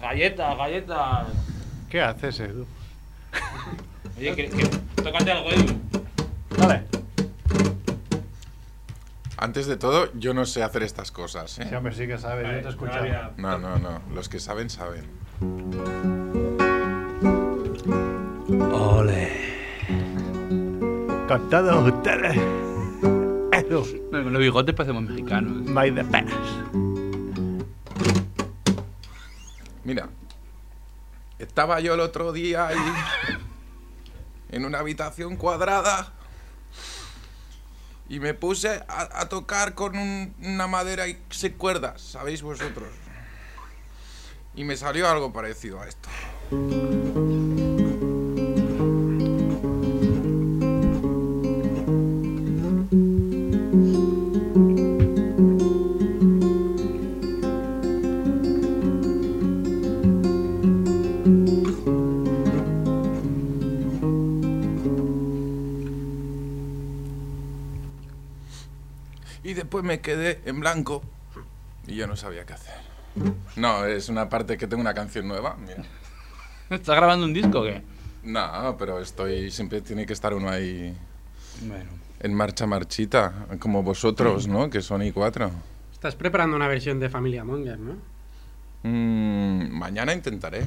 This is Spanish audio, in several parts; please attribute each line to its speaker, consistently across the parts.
Speaker 1: galletas, galletas.
Speaker 2: ¿Qué haces, Edu?
Speaker 1: Oye, que, que- tócate algo, Edu.
Speaker 2: Vale.
Speaker 3: Antes de todo, yo no sé hacer estas cosas. ¿eh?
Speaker 2: Sí, hombre, sí que sabes, yo te he escuchado.
Speaker 1: Todavía.
Speaker 3: No, no, no. Los que saben, saben.
Speaker 4: Ole.
Speaker 2: Con todos ustedes, Edu,
Speaker 4: Con los bigotes parecemos mexicanos.
Speaker 2: vais de penas.
Speaker 3: Mira, estaba yo el otro día ahí en una habitación cuadrada y me puse a, a tocar con un- una madera y se cuerdas, sabéis vosotros. Y me salió algo parecido a esto. Y después me quedé en blanco y yo no sabía qué hacer. No, es una parte que tengo una canción nueva. Mira.
Speaker 4: ¿Estás grabando un disco o qué?
Speaker 3: No, pero estoy. Siempre tiene que estar uno ahí
Speaker 4: Bueno.
Speaker 3: en marcha marchita, como vosotros, ¿no? Que son i4.
Speaker 5: Estás preparando una versión de Familia Monger, ¿no?
Speaker 3: Mm, mañana intentaré,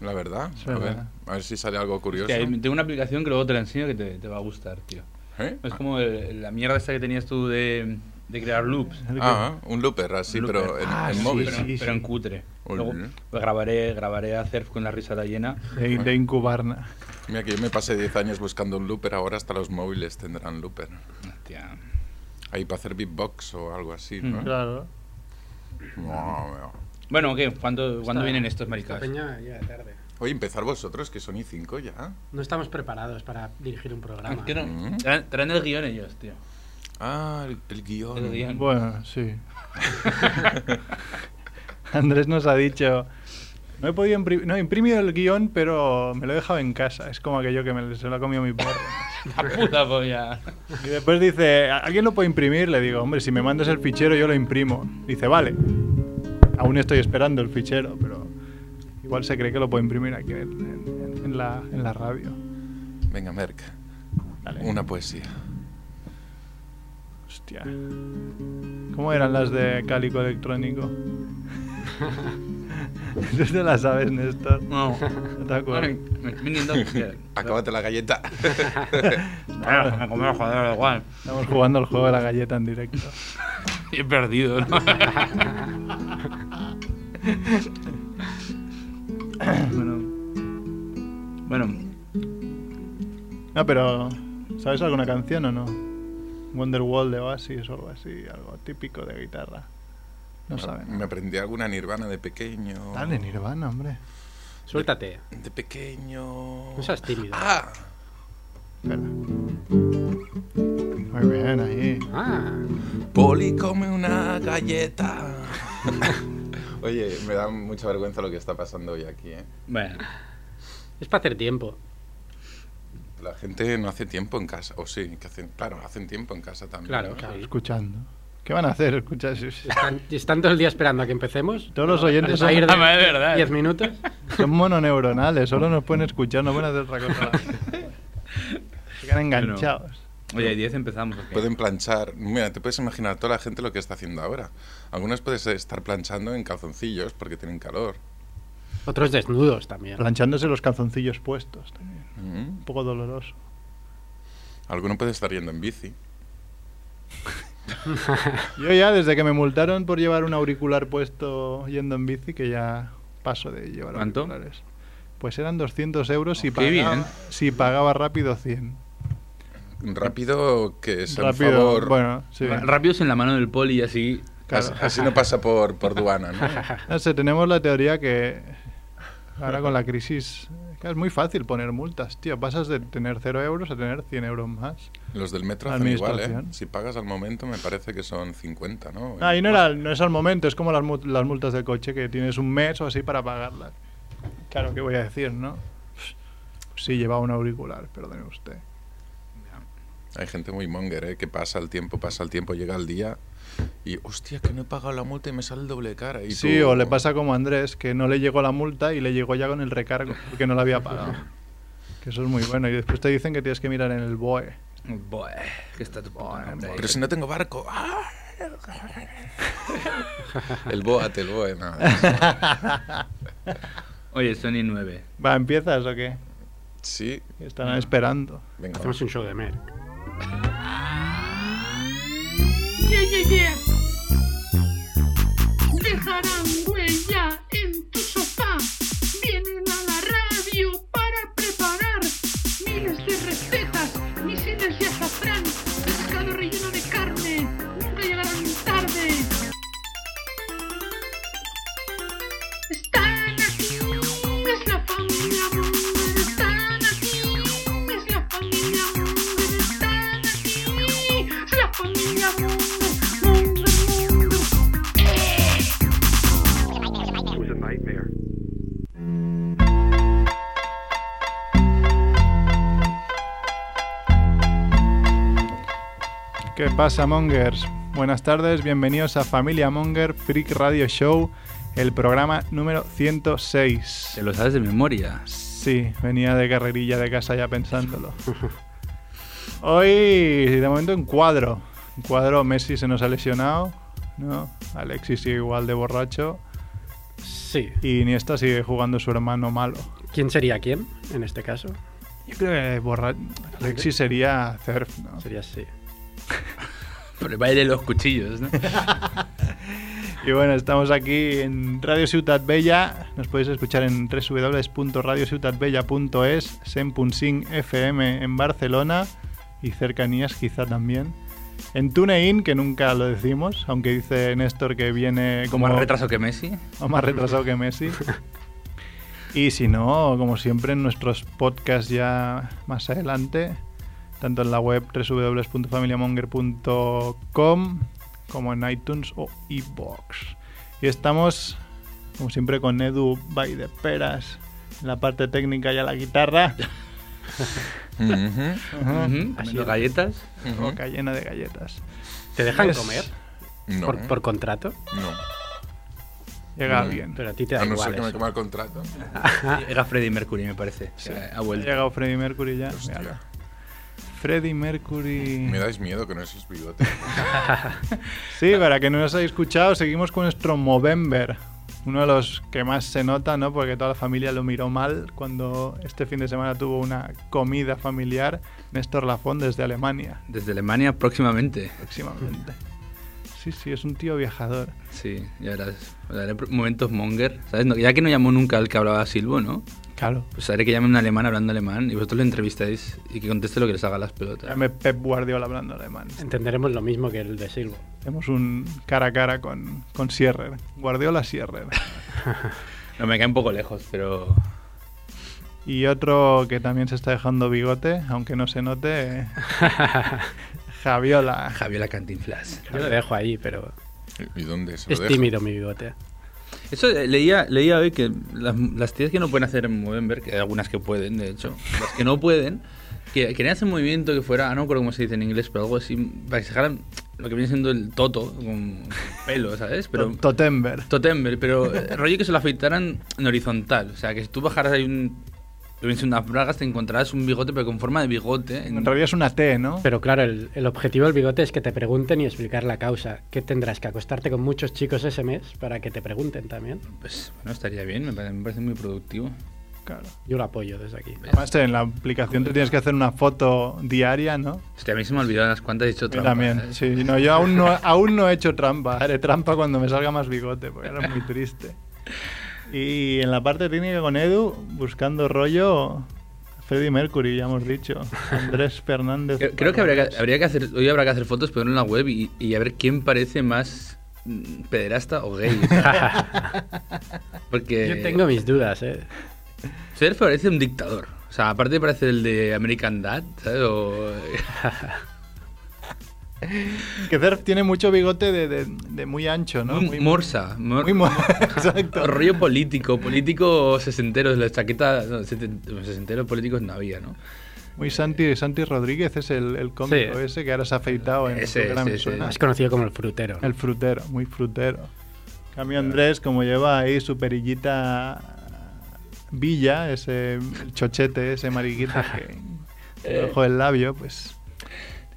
Speaker 3: la verdad.
Speaker 4: Sí,
Speaker 3: A ver,
Speaker 4: verdad.
Speaker 3: a ver si sale algo curioso.
Speaker 4: Hostia, tengo una aplicación que luego te la enseño que te, te va a gustar, tío.
Speaker 3: ¿Eh?
Speaker 4: Es como el- la mierda esta que tenías tú de, de crear loops.
Speaker 3: Ah, un looper así,
Speaker 4: Un
Speaker 3: pero
Speaker 4: looper.
Speaker 3: en,
Speaker 2: Ah,
Speaker 3: en
Speaker 2: sí,
Speaker 3: móvil.
Speaker 4: pero,
Speaker 2: sí.
Speaker 4: pero en cutre.
Speaker 3: Ole.
Speaker 4: Luego pues, grabaré, grabaré a Cerf con la risa de llena.
Speaker 2: De, de incubarna.
Speaker 3: Mira que yo me pasé 10 años buscando un looper, ahora hasta los móviles tendrán looper.
Speaker 4: Hostia.
Speaker 3: Ahí para hacer beatbox o algo así, ¿no?
Speaker 4: Mm.
Speaker 2: Claro.
Speaker 3: No, no.
Speaker 4: Bueno, ¿qué? ¿Cuándo, ¿cuándo
Speaker 5: Está-
Speaker 4: vienen estos
Speaker 5: Esta
Speaker 4: maricas?
Speaker 5: peña ya de tarde.
Speaker 3: Oye, empezar vosotros, que son i5 ya.
Speaker 5: No estamos preparados para dirigir un programa.
Speaker 4: Es Ah, que no-
Speaker 3: Mm.
Speaker 4: traen, traen el guión ellos, tío.
Speaker 3: Ah, el, el
Speaker 5: Mm.
Speaker 3: guión.
Speaker 4: El guión.
Speaker 2: Bueno, sí. Andrés nos ha dicho. No he podido imprimir. No, he imprimido el guión, pero me lo he dejado en casa. Es como aquello que me, se lo ha comido mi perro.
Speaker 4: La puta polla.
Speaker 2: Y después dice: ¿Alguien lo puede imprimir? Le digo: Hombre, si me mandas el fichero, yo lo imprimo. Dice: Vale. Aún estoy esperando el fichero, pero igual se cree que lo puedo imprimir aquí en, en- en la, en la radio.
Speaker 3: Venga, Merck,
Speaker 2: Dale.
Speaker 3: una poesía.
Speaker 2: Hostia. ¿Cómo eran las de cálico electrónico? Tú te las sabes, Néstor.
Speaker 4: No.
Speaker 2: No te
Speaker 4: Bueno,
Speaker 2: acuerdas.
Speaker 4: me estoy viniendo.
Speaker 3: Acábate la galleta.
Speaker 4: Me comí los joder, da igual.
Speaker 2: Estamos jugando el juego de la galleta en directo.
Speaker 4: Y He perdido, ¿no? bueno. Bueno.
Speaker 2: No, pero ¿sabes alguna canción o no? Wonderwall de Oasis o algo así, algo típico de guitarra. No saben.
Speaker 3: Me aprendí alguna nirvana de pequeño.
Speaker 2: Dale, Nirvana, hombre.
Speaker 5: Suéltate.
Speaker 3: De pequeño.
Speaker 5: Pues No seas tímido.
Speaker 3: Ah,
Speaker 2: Espera. Muy bien, ahí.
Speaker 5: Ah,
Speaker 3: Poli come una galleta. Oye, me da mucha vergüenza lo que está pasando hoy aquí, ¿eh?
Speaker 4: Bueno.
Speaker 5: es para hacer tiempo.
Speaker 3: La gente no hace tiempo en casa. O sí, que hacen, claro, hacen tiempo en casa también.
Speaker 5: Claro,
Speaker 3: ¿no?
Speaker 5: claro.
Speaker 2: Escuchando. ¿Qué van a hacer? Escuchar.
Speaker 5: Están, están todo el día esperando a que empecemos.
Speaker 2: Todos los oyentes
Speaker 5: Les va a ir
Speaker 2: son,
Speaker 5: de
Speaker 4: Ah, es verdad.
Speaker 5: 10 minutos.
Speaker 2: son mononeuronales, solo nos pueden escuchar, no pueden hacer otra cosa. Se quedan enganchados.
Speaker 4: Oye, 10 empezamos. ¿o qué?
Speaker 3: Pueden planchar. Mira, te puedes imaginar toda la gente lo que está haciendo ahora. Algunos puedes estar planchando en calzoncillos porque tienen calor.
Speaker 5: Otros desnudos también.
Speaker 2: Planchándose los calzoncillos puestos. también.
Speaker 3: Mm.
Speaker 2: Un poco doloroso.
Speaker 3: Alguno puede estar yendo en bici.
Speaker 2: Yo ya, desde que me multaron por llevar un auricular puesto yendo en bici, que ya paso de llevar
Speaker 4: ¿Cuánto? Oh,
Speaker 2: auriculares. Pues eran 200 euros si
Speaker 4: Qué
Speaker 2: pagaba,
Speaker 4: bien.
Speaker 2: si pagaba rápido 100.
Speaker 3: Rápido, que es
Speaker 2: rápido,
Speaker 3: un favor.
Speaker 2: bueno, sí.
Speaker 4: Ra- Rápidos en la mano del poli y así.
Speaker 2: claro.
Speaker 3: Así, así no pasa por, por aduana, ¿no?
Speaker 2: No sé, tenemos la teoría que ahora con la crisis claro, es muy fácil poner multas, tío. Pasas de tener 0 euros a tener 100 euros más.
Speaker 3: Los del metro
Speaker 2: La
Speaker 3: hacen igual, ¿eh?
Speaker 2: administración.
Speaker 3: Si pagas al momento, me parece que son 50, ¿no?
Speaker 2: Ah, y no, era, no es al momento, es como las, mu- las multas del coche, que tienes un mes o así para pagarlas. Claro, ¿qué voy a decir, no? Sí, llevaba un auricular, perdone usted.
Speaker 3: Hay gente muy monger, ¿eh? Que pasa el tiempo, pasa el tiempo, llega el día y, hostia, que no he pagado la multa y me sale el doble de cara. Y
Speaker 2: Sí,
Speaker 3: tú-
Speaker 2: o le pasa como a Andrés, que no le llegó la multa y le llegó ya con el recargo, porque no la había pagado. Que eso es muy bueno. Y después te dicen que tienes que mirar en el BOE.
Speaker 4: Buah, que está tu puta madre.
Speaker 3: Pero si no tengo barco. ¡Ah! El boate, el boe, nada.
Speaker 4: Oye, Sony 9.
Speaker 2: Va, ¿empiezas o qué?
Speaker 3: Sí,
Speaker 2: Están esperando.
Speaker 3: venga.
Speaker 5: Hacemos un show de Merck.
Speaker 6: Yeah, yeah, yeah. Dejarán huella en tu sofá. Vienen a la radio para preparar miles de recetas, misiles de azafrán, pescado relleno de carne. Nunca llegarán tarde. Están aquí, es la familia Munger. Están aquí, es la familia Munger. Están aquí, es la familia Munger. Munger, Munger.
Speaker 2: ¿Qué pasa, Mongers? Buenas tardes, bienvenidos a Familia Monger Freak Radio Show, el programa número 106.
Speaker 4: Te lo sabes de memoria.
Speaker 2: Sí, venía de carrerilla de casa ya pensándolo. Hoy, de momento, en cuadro. En cuadro, Messi se nos ha lesionado, ¿no? Alexis sigue igual de borracho.
Speaker 5: Sí.
Speaker 2: Y Iniesta sigue jugando su hermano malo.
Speaker 5: ¿Quién sería quién en este caso?
Speaker 2: Yo creo que borra- Alexis sería Cerf, ¿no?
Speaker 5: Sería sí.
Speaker 4: Pero el baile de los cuchillos, ¿no?
Speaker 2: Y bueno, estamos aquí en Radio Ciutat Bella. Nos podéis escuchar en www.radiociutatbella.es, Sen.sin FM en Barcelona y cercanías quizá también. En TuneIn, que nunca lo decimos, aunque dice Néstor que viene
Speaker 4: Como
Speaker 2: como
Speaker 4: más retraso que Messi.
Speaker 2: o más retrasado que Messi. Y si no, como siempre, en nuestros podcasts ya más adelante, tanto en la web www.familiamonger.com como en iTunes o iBox. Y estamos, como siempre, con Edu by de Peras en la parte técnica y a la guitarra.
Speaker 3: Ujú.
Speaker 2: Ajá.
Speaker 4: Ujú,
Speaker 5: Así
Speaker 4: comiendo
Speaker 5: es.
Speaker 4: galletas.
Speaker 2: Boca llena de galletas.
Speaker 5: ¿Te dejan
Speaker 2: Es-
Speaker 5: comer
Speaker 3: No,
Speaker 5: por, por contrato?
Speaker 3: no.
Speaker 2: Llega
Speaker 3: Mm.
Speaker 2: bien.
Speaker 5: Pero a ti te da
Speaker 3: A no
Speaker 5: igual
Speaker 3: ser que me
Speaker 5: eso.
Speaker 3: coma el contrato.
Speaker 4: Era Freddy Mercury, me parece.
Speaker 2: Sí.
Speaker 4: Eh, Ha
Speaker 2: Ha
Speaker 4: vuelto.
Speaker 2: llegado Freddie Mercury ya.
Speaker 3: Hostia,
Speaker 2: Mírala. Freddie Mercury.
Speaker 3: me dais miedo con esos bigotes.
Speaker 2: Sí, para que no nos hayáis escuchado, seguimos con nuestro Movember. Uno de los que más se nota, ¿no? Porque toda la familia lo miró mal cuando este fin de semana tuvo una comida familiar Néstor Lafón desde Alemania,
Speaker 4: Desde Alemania próximamente.
Speaker 2: próximamente. Sí, sí, es un tío viajador.
Speaker 4: Sí, ya verás. Daré pr- momentos monger. ¿Sabes? No- ya que no llamó nunca al que hablaba Silvo, ¿no?
Speaker 2: Claro.
Speaker 4: Pues haré que llame un alemán hablando alemán y vosotros lo entrevistáis y que conteste lo que les haga las pelotas.
Speaker 2: Llame Pep Guardiola hablando alemán.
Speaker 5: Entenderemos lo mismo que el de Silvo.
Speaker 2: Tenemos un cara a cara con, con Sierrer. Guardiola Sierrer.
Speaker 4: No, me cae un poco lejos, pero.
Speaker 2: Y otro que también se está dejando bigote, aunque no se note, eh, Javiola.
Speaker 4: Javiola Cantinflas.
Speaker 5: Yo lo dejo ahí, pero
Speaker 3: ¿Y dónde se lo
Speaker 5: es
Speaker 3: dejo?
Speaker 5: tímido mi bigote.
Speaker 4: Eso eh, leía, leía hoy que las, las tías que no pueden hacer en Movember, que hay algunas que pueden, de hecho, las que no pueden, que querían hacer un movimiento que fuera, no recuerdo cómo se dice en inglés, pero algo así, para que se dejaran lo que viene siendo el toto, con pelo, ¿sabes? Pero,
Speaker 2: To- Totember.
Speaker 4: Totember, pero eh, rollo que se lo afeitaran en horizontal. O sea, que si tú bajaras ahí un. Lo que viene siendo unas bragas, te encontrarás un bigote, pero con forma de bigote. en-
Speaker 2: En realidad es una T, ¿no?
Speaker 5: Pero claro, el, el objetivo del bigote es que te pregunten y explicar la causa. ¿Qué tendrás que acostarte con muchos chicos ese mes para que te pregunten también?
Speaker 4: Pues bueno, estaría bien, me parece, me parece muy productivo.
Speaker 2: Claro.
Speaker 5: Yo lo apoyo desde aquí.
Speaker 2: Además, en la aplicación te tienes que hacer una foto diaria, ¿no?
Speaker 4: Hostia, a mí se me olvidaron las cuantas he dicho
Speaker 2: Yo
Speaker 4: trampa,
Speaker 2: también.
Speaker 4: ¿eh?
Speaker 2: Sí, no, yo aún no, aún no he hecho trampa. Haré trampa cuando me salga más bigote, porque era muy triste. Y en la parte técnica con Edu, buscando rollo, Freddie Mercury, ya hemos dicho. Andrés Fernández.
Speaker 4: Creo, creo que habría, que habría que hacer, hoy habrá que hacer fotos, pero en la web y, y a ver quién parece más mm, pederasta o gay. ¿sabes? Porque
Speaker 5: Yo tengo mis dudas, ¿eh?
Speaker 4: Ser parece un dictador. O sea, aparte parece el de American Dad, ¿sabes? O-
Speaker 2: Que Cerf tiene mucho bigote de, de- de muy ancho, ¿no?
Speaker 4: Muy eh, morsa. mor-
Speaker 2: Muy mor- Exacto.
Speaker 4: Rollo político, político sesenteros, la chaqueta, no, seten- sesenteros políticos no había, ¿no?
Speaker 2: Muy Santi, Santi Rodríguez es el, el cómico
Speaker 4: Sí.
Speaker 2: ese que ahora se ha afeitado en
Speaker 4: Ese,
Speaker 2: Instagram,
Speaker 4: sí,
Speaker 2: me
Speaker 4: sí.
Speaker 2: suena.
Speaker 5: Es conocido como el frutero.
Speaker 2: El frutero, muy frutero. En Cambio Andrés, como lleva ahí su perillita Villa, ese el chochete, ese mariquita que te lo dejó el labio, pues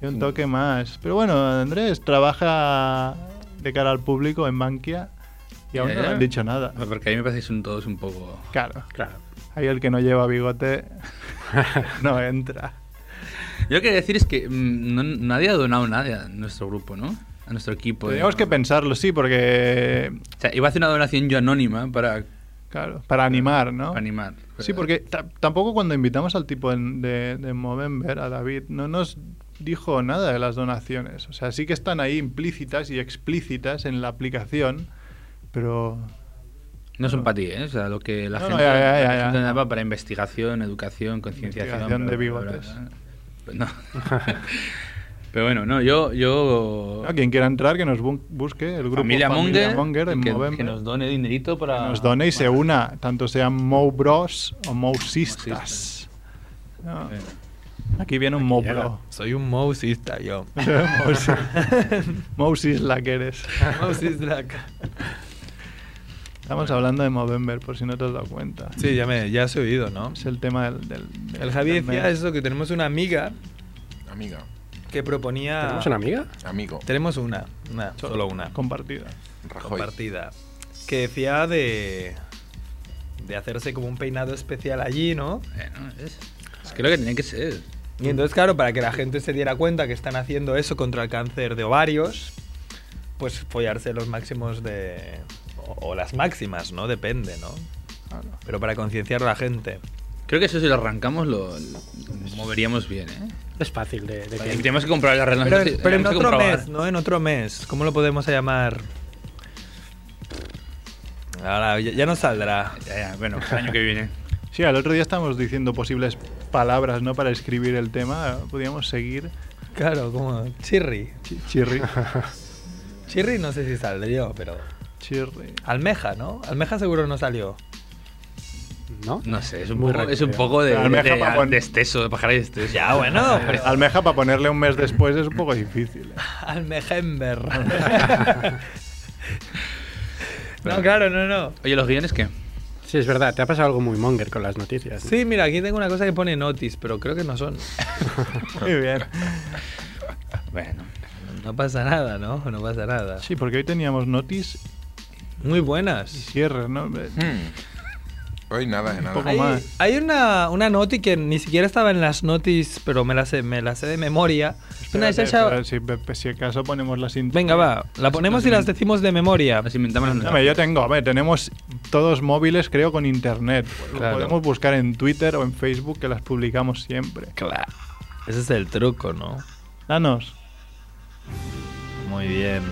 Speaker 2: tiene un toque más. Pero bueno, Andrés trabaja de cara al público en Bankia y aún no le
Speaker 4: Eh.
Speaker 2: han dicho nada.
Speaker 4: Porque a mí me parece que son todos un poco.
Speaker 2: Claro,
Speaker 5: Claro.
Speaker 2: ahí el que no lleva bigote no entra.
Speaker 4: Yo lo que quería decir es que mm, no- nadie ha donado nada a nuestro grupo, ¿no? A nuestro equipo.
Speaker 2: Tenemos que pensarlo, sí, porque
Speaker 4: O sea, iba a hacer una donación yo anónima para
Speaker 2: claro, para animar, ¿no?
Speaker 4: para animar.
Speaker 2: Sí, porque ta- tampoco cuando invitamos al tipo en- de, de Movember, a David, no nos dijo nada de las donaciones. O sea, sí que están ahí implícitas y explícitas en la aplicación, pero
Speaker 4: No son para ti, ¿eh? O sea, lo que la
Speaker 2: No, no,
Speaker 4: gente.
Speaker 2: ya, ya,
Speaker 4: la
Speaker 2: ya,
Speaker 4: gente
Speaker 2: ya.
Speaker 4: donaba para investigación, educación, concienciación.
Speaker 2: Investigación de
Speaker 4: bla, bla, bla,
Speaker 2: bigotes.
Speaker 4: bla. Pues no. Pero bueno, no, yo. yo
Speaker 2: a quien quiera entrar que nos bu- busque el grupo
Speaker 4: familia Monger.
Speaker 2: Monger en
Speaker 4: que,
Speaker 2: Movember.
Speaker 4: que nos done dinerito para.
Speaker 2: nos done y se una, tanto sean Mo Bros o Mo Sistas.
Speaker 4: Sistas.
Speaker 2: No,
Speaker 4: Eh,
Speaker 2: Aquí viene un Mo
Speaker 7: Llega.
Speaker 2: Bro.
Speaker 7: Soy un mousista yo.
Speaker 2: Mo Sis- Mo Sisla que eres.
Speaker 7: Mousislack.
Speaker 2: Estamos hablando de Movember, por si no te has dado cuenta.
Speaker 7: Sí, ya, me, ya has oído, ¿no?
Speaker 2: Es el tema del... del- del-
Speaker 7: El Javi
Speaker 2: del
Speaker 7: decía
Speaker 2: mes.
Speaker 7: eso, que tenemos una amiga
Speaker 3: Amiga,
Speaker 7: que proponía...
Speaker 5: ¿Tenemos una amiga?
Speaker 3: amigo,
Speaker 7: Tenemos una, una,
Speaker 2: Solo-
Speaker 7: solo una.
Speaker 2: Compartida.
Speaker 3: Rajoy.
Speaker 7: Compartida. Que decía de... De hacerse como un peinado especial allí, ¿no?
Speaker 4: bueno, es, es que lo que tenía que ser.
Speaker 5: Mm.
Speaker 7: Y entonces, claro, para que la gente se diera cuenta que están haciendo eso contra el cáncer de ovarios, pues follarse los máximos de... O, o las máximas, ¿no? Depende, ¿no? Pero para concienciar a la gente.
Speaker 4: Creo que eso si lo arrancamos lo, lo moveríamos bien, ¿eh?
Speaker 5: Es fácil de, de que-
Speaker 4: Y tenemos que comprar las reglas.
Speaker 7: Pero,
Speaker 4: tenemos
Speaker 7: pero en
Speaker 4: que
Speaker 7: otro
Speaker 4: comprobar.
Speaker 7: mes, ¿no? En otro mes. ¿Cómo lo podemos llamar? Ahora, ya, ya no saldrá.
Speaker 4: Ya, ya, bueno, el año que viene.
Speaker 2: Sí, al otro día estábamos diciendo posibles palabras, ¿no? Para escribir el tema. Podríamos seguir.
Speaker 7: Claro, como chirri.
Speaker 2: Chi- Chirri.
Speaker 7: Chirri no sé si saldría, pero...
Speaker 2: Chirri.
Speaker 7: Almeja, ¿no? Almeja seguro no salió.
Speaker 5: ¿No?
Speaker 4: No sé, es un,
Speaker 5: Muy
Speaker 4: poco,
Speaker 5: rápido.
Speaker 4: es un poco de,
Speaker 2: Pero almeja
Speaker 4: de-
Speaker 2: pa' pon-
Speaker 4: de exceso, de pajar y exceso.
Speaker 7: Ya, Ah, bueno. pero-
Speaker 2: Almeja para ponerle un mes después es un poco difícil. ¿eh?
Speaker 7: Almejember. no, claro, no, no.
Speaker 4: Oye, ¿los guiones qué?
Speaker 5: Sí, es verdad. Te ha pasado algo muy monger con las noticias. ¿no?
Speaker 7: Sí, mira, aquí tengo una cosa que pone notis, pero creo que no son.
Speaker 2: Muy bien.
Speaker 4: Bueno.
Speaker 7: No pasa nada, ¿no? No pasa nada.
Speaker 2: Sí, porque hoy teníamos notis
Speaker 7: Muy
Speaker 2: y
Speaker 7: buenas.
Speaker 2: cierres, ¿no?
Speaker 3: Hmm. Hoy nada de
Speaker 2: poco
Speaker 3: nada.
Speaker 7: Hay,
Speaker 2: más.
Speaker 7: hay una, una noti que ni siquiera estaba en las notis, pero me la sé, me la sé de memoria. Una
Speaker 2: Espérate,
Speaker 7: esa-
Speaker 2: espera, si, pe- si acaso ponemos la cinta.
Speaker 7: Venga, va, la ponemos y las decimos de memoria.
Speaker 4: Nos inventamos las
Speaker 2: Dame, yo tengo, a ver, tenemos todos móviles, creo, con internet. Lo
Speaker 7: Claro.
Speaker 2: podemos buscar en Twitter o en Facebook, que las publicamos siempre.
Speaker 7: Claro. Ese es el truco, ¿no?
Speaker 2: Danos.
Speaker 7: Muy bien.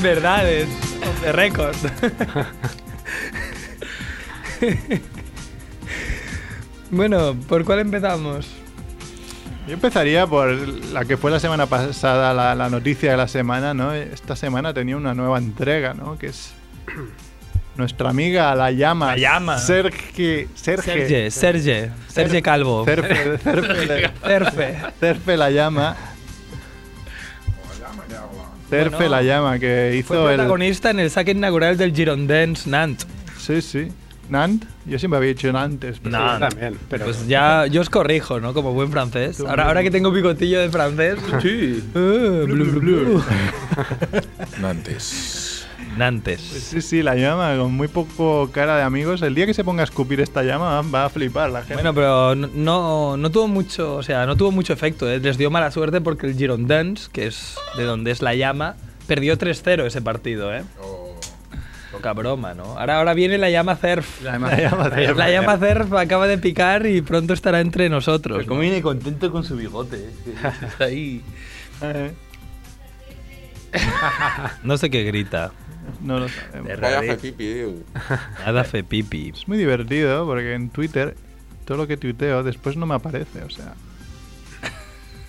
Speaker 7: Verdades, of the record. bueno, ¿por cuál empezamos?
Speaker 2: Yo empezaría por la que fue la semana pasada, la, la noticia de la semana, ¿no? Esta semana tenía una nueva entrega, ¿no? Que es nuestra amiga La Llama.
Speaker 7: La Llama.
Speaker 2: Sergi. Serge.
Speaker 7: Serge, Serge, Serge Calvo.
Speaker 2: Cerfe, Cerfe, de-
Speaker 7: Cerfe.
Speaker 2: Cerfe La Llama. Cerfe
Speaker 7: Bueno,
Speaker 2: La Llama, que
Speaker 7: Fue
Speaker 2: hizo el...
Speaker 7: protagonista en el saque inaugural del Girondins Nantes.
Speaker 2: Sí, sí. Nant. Yo siempre había dicho Nantes. pero-
Speaker 7: Nant.
Speaker 5: Yo también, pero
Speaker 7: Pues ya yo os corrijo, ¿no? Como buen francés.
Speaker 2: Tú
Speaker 7: Ahora, ahora que tengo picotillo de francés.
Speaker 4: Sí.
Speaker 7: Ah, blu, blu, blu.
Speaker 3: Nantes.
Speaker 7: Nantes.
Speaker 2: Sí, sí, la llama, con muy poco cara de amigos. El día que se ponga a escupir esta llama va a flipar la gente.
Speaker 7: Bueno, pero no- no, no tuvo mucho, o sea, no tuvo mucho efecto. ¿eh? Les dio mala suerte porque el Girondins, que es de donde es la llama, perdió 3-0 ese partido, ¿eh?
Speaker 3: Oh,
Speaker 7: Poca broma, ¿no? Ahora, ahora viene la llama Cerf.
Speaker 4: La
Speaker 7: La llama Cerf acaba de picar y pronto estará entre nosotros. ¿no?
Speaker 4: viene contento con su bigote. Está ahí.
Speaker 2: Eh,
Speaker 7: No sé qué grita.
Speaker 2: No lo sabemos.
Speaker 7: De
Speaker 3: Vaya
Speaker 7: Reddit.
Speaker 3: fepipi, tío.
Speaker 7: Nada fe pipi.
Speaker 2: Es muy divertido porque en Twitter todo lo que tuiteo después no me aparece. O sea,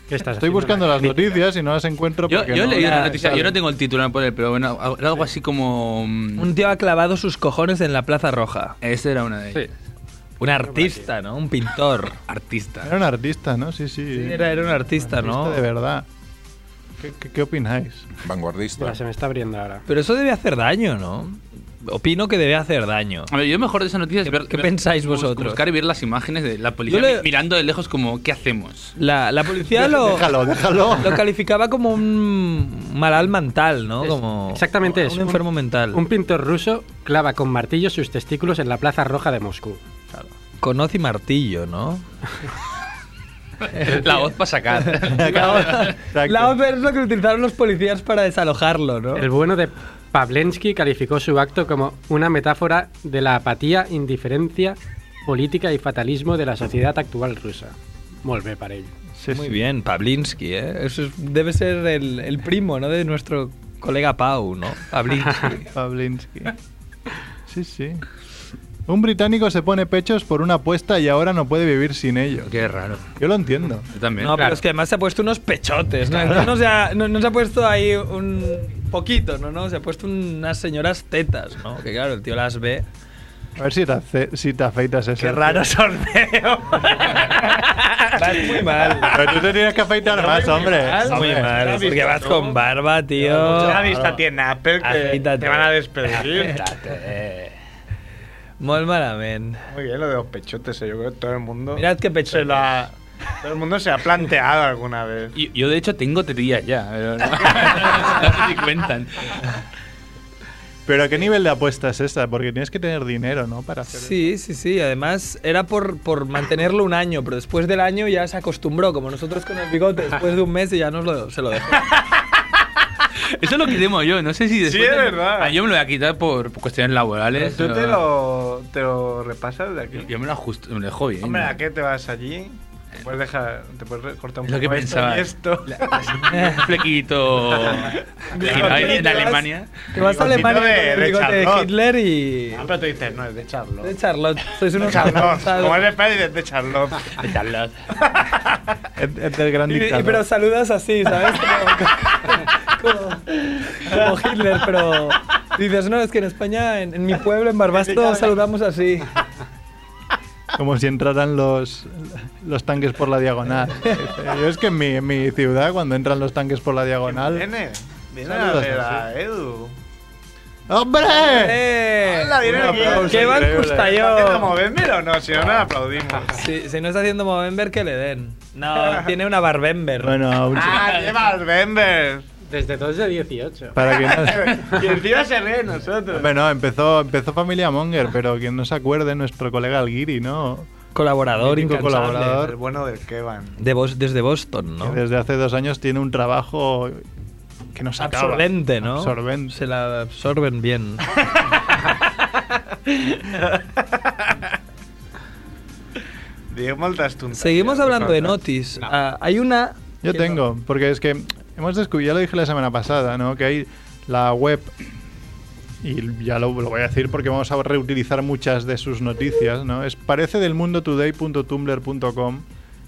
Speaker 5: ¿Qué estás
Speaker 2: estoy
Speaker 5: haciendo?
Speaker 2: buscando las noticias y no las encuentro.
Speaker 4: Yo,
Speaker 2: porque
Speaker 4: yo
Speaker 2: no,
Speaker 4: leí una
Speaker 2: las-
Speaker 4: noticia, yo
Speaker 2: ¿sabes?
Speaker 4: no tengo el título, poner, pero bueno, era algo así como. mm,
Speaker 7: Un tío ha clavado sus cojones en la Plaza Roja.
Speaker 4: Esta era una de ellas.
Speaker 7: Un artista, ¿no? Un pintor.
Speaker 4: Artista.
Speaker 2: Era un artista, ¿no? Sí, sí.
Speaker 7: Sí, era, era un artista, ¿no?
Speaker 2: de verdad. ¿Qué, qué, qué opináis?
Speaker 3: Vanguardista.
Speaker 5: Mira, se me está abriendo ahora.
Speaker 7: Pero eso debe hacer daño, ¿no? Opino que debe hacer daño.
Speaker 4: A ver, yo mejor de esa noticia es ver.
Speaker 7: qué
Speaker 4: ver-
Speaker 7: pensáis
Speaker 4: bus-
Speaker 7: vosotros?
Speaker 4: Buscar y ver las imágenes de la policía
Speaker 7: Yo le-
Speaker 4: mi- mirando de lejos, como, ¿qué hacemos?
Speaker 7: La, la policía lo,
Speaker 2: Déjalo, déjalo.
Speaker 7: lo calificaba como un malal mental, ¿no?
Speaker 5: Es-
Speaker 7: Como
Speaker 5: exactamente
Speaker 7: un
Speaker 5: es.
Speaker 7: enfermo mental.
Speaker 5: Un pintor ruso clava con martillo sus testículos en la Plaza Roja de Moscú.
Speaker 7: Conoce martillo, ¿no?
Speaker 4: la voz para sacar.
Speaker 2: Exacto.
Speaker 7: La OPE es lo que utilizaron los policías para desalojarlo, ¿no?
Speaker 5: El bueno de Pavlensky calificó su acto como una metáfora de la apatía, indiferencia política y fatalismo de la sociedad actual rusa. Volve para ello.
Speaker 2: Sí,
Speaker 7: Muy
Speaker 2: sí.
Speaker 7: bien, Pavlinsky, ¿eh? Eso es- debe ser el, el primo, ¿no? De nuestro colega Pau, ¿no? Pavlinsky.
Speaker 2: Pavlinsky. Sí, sí. Un británico se pone pechos por una apuesta y ahora no puede vivir sin ello.
Speaker 4: Qué raro.
Speaker 2: Yo lo entiendo.
Speaker 4: Yo también.
Speaker 7: No, pero es que además se ha puesto unos pechotes, ¿no? No se ha, no- no se ha puesto ahí un poquito, ¿no? ¿no? Se ha puesto unas señoras tetas, ¿no? Que claro, el tío las ve.
Speaker 2: A ver si te, ace- si te afeitas ese.
Speaker 7: ¡Qué raro sorteo! vas muy mal.
Speaker 2: Pero tú te tienes que afeitar más, hombre.
Speaker 7: Vas muy
Speaker 2: Hombre.
Speaker 7: mal, es porque vas con barba, tío.
Speaker 8: Una vista tiene Apple que
Speaker 7: Agítate.
Speaker 8: te van a despedir.
Speaker 7: Agítate. Molt malament.
Speaker 8: Muy bien, lo de los pechotes, eh, yo creo que todo el mundo.
Speaker 7: Mirad qué pecho.
Speaker 8: se lo ha- todo el mundo se ha planteado alguna vez.
Speaker 4: Yo, yo, de hecho, tengo tetillas ya. pero No, no sé si cuentan.
Speaker 2: Pero ¿qué nivel de apuesta es esta? Porque tienes que tener dinero, ¿no? Para hacer
Speaker 7: Sí, sí, sí. Además, era por, por mantenerlo un año, pero después del año ya se acostumbró, como nosotros con el bigote, después de un mes y ya nos lo, se lo dejó.
Speaker 4: Eso es lo que temo yo. No sé si después.
Speaker 8: es
Speaker 4: de-
Speaker 8: verdad.
Speaker 4: Ah, yo me lo voy a quitar por cuestiones laborales.
Speaker 8: ¿Tú te
Speaker 4: pero-
Speaker 8: lo, te lo repasas de
Speaker 4: Yo,
Speaker 8: aquí?
Speaker 4: yo me lo ajusto, me lo dejo bien.
Speaker 8: Hombre, ¿a qué te vas allí? Te puedes dejar, te puedes re- cortar un
Speaker 4: Es lo
Speaker 8: poco
Speaker 4: que
Speaker 8: esto
Speaker 4: pensaba.
Speaker 8: y esto.
Speaker 7: Eh,
Speaker 4: Un flequito
Speaker 7: Bigote,
Speaker 4: en
Speaker 7: te vas-
Speaker 4: Alemania.
Speaker 7: Te vas a
Speaker 8: de-
Speaker 7: Alemania con el
Speaker 8: de
Speaker 7: bigote de
Speaker 8: Charlotte.
Speaker 7: Hitler y...
Speaker 8: Ah, pero tú dices, no, es de Charlotte.
Speaker 7: De Charlotte. Sois
Speaker 8: De
Speaker 7: unos
Speaker 8: Charlotte.
Speaker 7: avanzados.
Speaker 8: Como es de Perry, es de Charlotte.
Speaker 2: Es, es del gran
Speaker 7: Y- y-
Speaker 2: dictador.
Speaker 7: pero saludas así, ¿sabes? Como, como- como Hitler, pero dices, no, es que en España, en, en mi pueblo, en Barbastro, saludamos así.
Speaker 2: Como si entraran los, los tanques por la diagonal. Yo es que en mi, en mi ciudad, cuando entran los tanques por la diagonal.
Speaker 8: Viene, viene a
Speaker 2: Saludos,
Speaker 8: ver a
Speaker 2: sí.
Speaker 8: Edu.
Speaker 2: ¡Hombre!
Speaker 7: ¡Eh!
Speaker 8: Hola, viene
Speaker 2: Un
Speaker 8: aquí.
Speaker 2: aplauso
Speaker 8: ¿Qué
Speaker 7: van
Speaker 2: increíble.
Speaker 7: Custalló?
Speaker 8: ¿Está haciendo Movember o no? Si no, no la aplaudimos.
Speaker 7: Si, si no está haciendo Movember, que le den. No, tiene una Barbember.
Speaker 2: Bueno, aún-
Speaker 8: ¡Ah, lleva al Bember!
Speaker 5: Desde 2018.
Speaker 2: para que no.
Speaker 8: Y encima se ríe de nosotros.
Speaker 2: Bueno, empezó, empezó Familia Monger, pero quien no se acuerde, nuestro colega Alguiri, ¿no?
Speaker 7: colaborador,
Speaker 2: Mítico
Speaker 7: incansable.
Speaker 2: colaborador.
Speaker 8: El bueno del Kevan.
Speaker 7: De Bos- desde Boston, ¿no?
Speaker 2: Que desde hace dos años tiene un trabajo que nos acaba.
Speaker 7: Absorbente, ¿no?
Speaker 2: Absorbente.
Speaker 7: Se la absorben bien.
Speaker 8: Diego moltes tonteries.
Speaker 7: Seguimos hablando de
Speaker 8: notas.
Speaker 7: notis. Ah, hay una.
Speaker 2: Yo
Speaker 7: que
Speaker 2: tengo,
Speaker 7: no-
Speaker 2: porque es que hemos descubierto, ya lo dije la semana pasada, ¿no? Que hay la web, y ya lo, lo voy a decir porque vamos a reutilizar muchas de sus noticias, ¿no? Es parece del mundo today.tumblr.com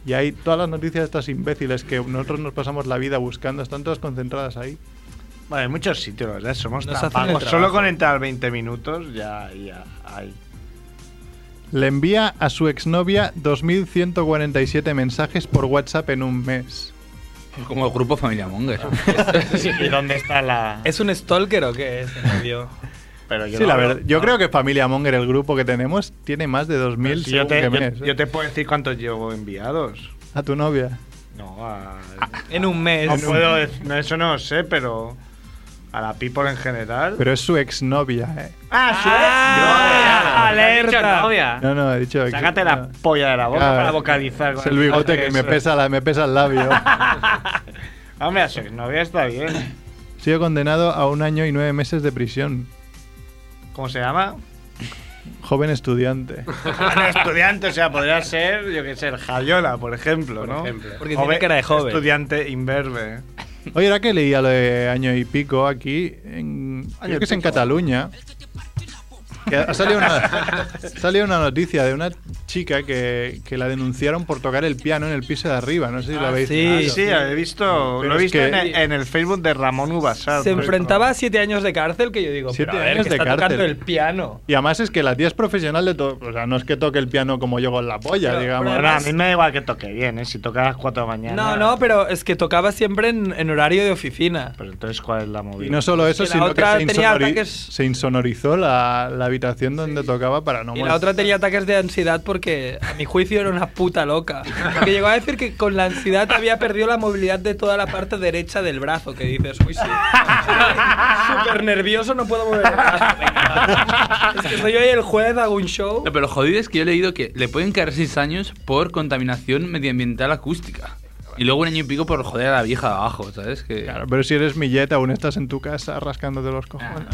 Speaker 2: y hay todas las noticias de estas imbéciles que nosotros nos pasamos la vida buscando, están todas concentradas ahí.
Speaker 8: Vale, en muchos sitios, ¿verdad? Somos
Speaker 7: Nos
Speaker 8: tan
Speaker 7: hacen el
Speaker 8: vagos.
Speaker 7: trabajo.
Speaker 8: Solo con entrar 20 minutos ya, ya hay.
Speaker 2: Le envía a su exnovia 2.147 mensajes por WhatsApp en un mes.
Speaker 4: Como el grupo Familia Monger.
Speaker 8: ¿Y dónde está la...?
Speaker 7: ¿Es un stalker o qué es? el novio?
Speaker 8: Pero yo
Speaker 2: sí,
Speaker 8: no
Speaker 2: la
Speaker 8: veo-
Speaker 2: verdad. Yo
Speaker 8: no.
Speaker 2: creo que Familia Monger, el grupo que tenemos, tiene más de 2.000
Speaker 8: Si
Speaker 2: según
Speaker 8: yo, te,
Speaker 2: qué
Speaker 8: yo-
Speaker 2: mes, ¿eh?
Speaker 8: yo te puedo decir cuántos llevo enviados.
Speaker 2: A tu novia.
Speaker 8: No, a-
Speaker 7: en un mes. Ah,
Speaker 8: no puedo dec- no, eso no lo sé, pero a la people en general.
Speaker 2: Pero es su exnovia, ¿eh?
Speaker 8: Ah, sí.
Speaker 7: Ah,
Speaker 8: No, ya,
Speaker 7: alerta.
Speaker 8: lo has dicho, novia.
Speaker 2: No, no, he dicho. ex-
Speaker 8: Ah. Sácate la
Speaker 2: no.
Speaker 8: polla de la boca
Speaker 2: Claro.
Speaker 8: para vocalizar.
Speaker 2: Es
Speaker 8: con
Speaker 2: el bigote que me
Speaker 8: eso.
Speaker 2: pesa, la, me pesa el labio.
Speaker 8: Hombre, a su exnovia está bien.
Speaker 2: Ha Sido condenado a un año y nueve meses de prisión.
Speaker 8: ¿Cómo se llama?
Speaker 2: Joven estudiante.
Speaker 8: Un estudiante, o sea, podría ser, yo qué sé, el Javiola, por ejemplo, ¿no?
Speaker 7: Porque tiene cara de joven.
Speaker 8: Estudiante imberbe.
Speaker 2: Oye, ahora que leía lo de año y pico aquí, en- creo que es en Cataluña. que ha salido una, ha salido una noticia de una chica que, que la denunciaron por tocar el piano en el piso de arriba. No sé si
Speaker 7: Ah,
Speaker 2: lo habéis
Speaker 8: Ah, Sí, sí,
Speaker 7: eh,
Speaker 8: he visto,
Speaker 2: Pero
Speaker 8: lo he
Speaker 2: es
Speaker 8: visto
Speaker 2: que-
Speaker 8: en, el- en el Facebook de Ramón Ubasar.
Speaker 7: Se enfrentaba a siete años de cárcel, que yo digo,
Speaker 2: Siete
Speaker 7: pero a ver,
Speaker 2: años
Speaker 7: que
Speaker 2: de
Speaker 7: está tocando
Speaker 2: cárcel.
Speaker 7: el piano.
Speaker 2: Y además es que la tía es profesional de todo. O sea, no es que toque el piano como yo con la polla,
Speaker 7: Pero-
Speaker 2: digamos.
Speaker 8: Bueno, a mí me da igual que toque bien, ¿eh? Si toca a las 4 de la mañana.
Speaker 7: No, no, pero es que tocaba siempre en, en horario de oficina.
Speaker 8: Pero entonces, ¿cuál es la movida?
Speaker 2: Y no solo eso,
Speaker 7: que la
Speaker 2: sino que
Speaker 7: otra
Speaker 2: se,
Speaker 7: tenía
Speaker 2: insonori-
Speaker 7: ataques-
Speaker 2: se insonorizó la, la habitación donde tocaba para no
Speaker 7: Y la
Speaker 2: molestar.
Speaker 7: otra tenía ataques de ansiedad porque, a mi juicio, era una puta loca. Porque llegó a decir que con la ansiedad había perdido la movilidad de toda la parte derecha del brazo. Que dices, uy, sí. Súper nervioso, no puedo mover el brazo. Es que soy hoy el juez, hago un show.
Speaker 4: No, pero lo jodido es que yo he leído que le pueden caer 6 años por contaminación medioambiental acústica. Y luego un año y pico por joder a la vieja de abajo, ¿sabes? Que...
Speaker 2: Claro, pero si eres milleta, aún estás en tu casa rascándote los cojones.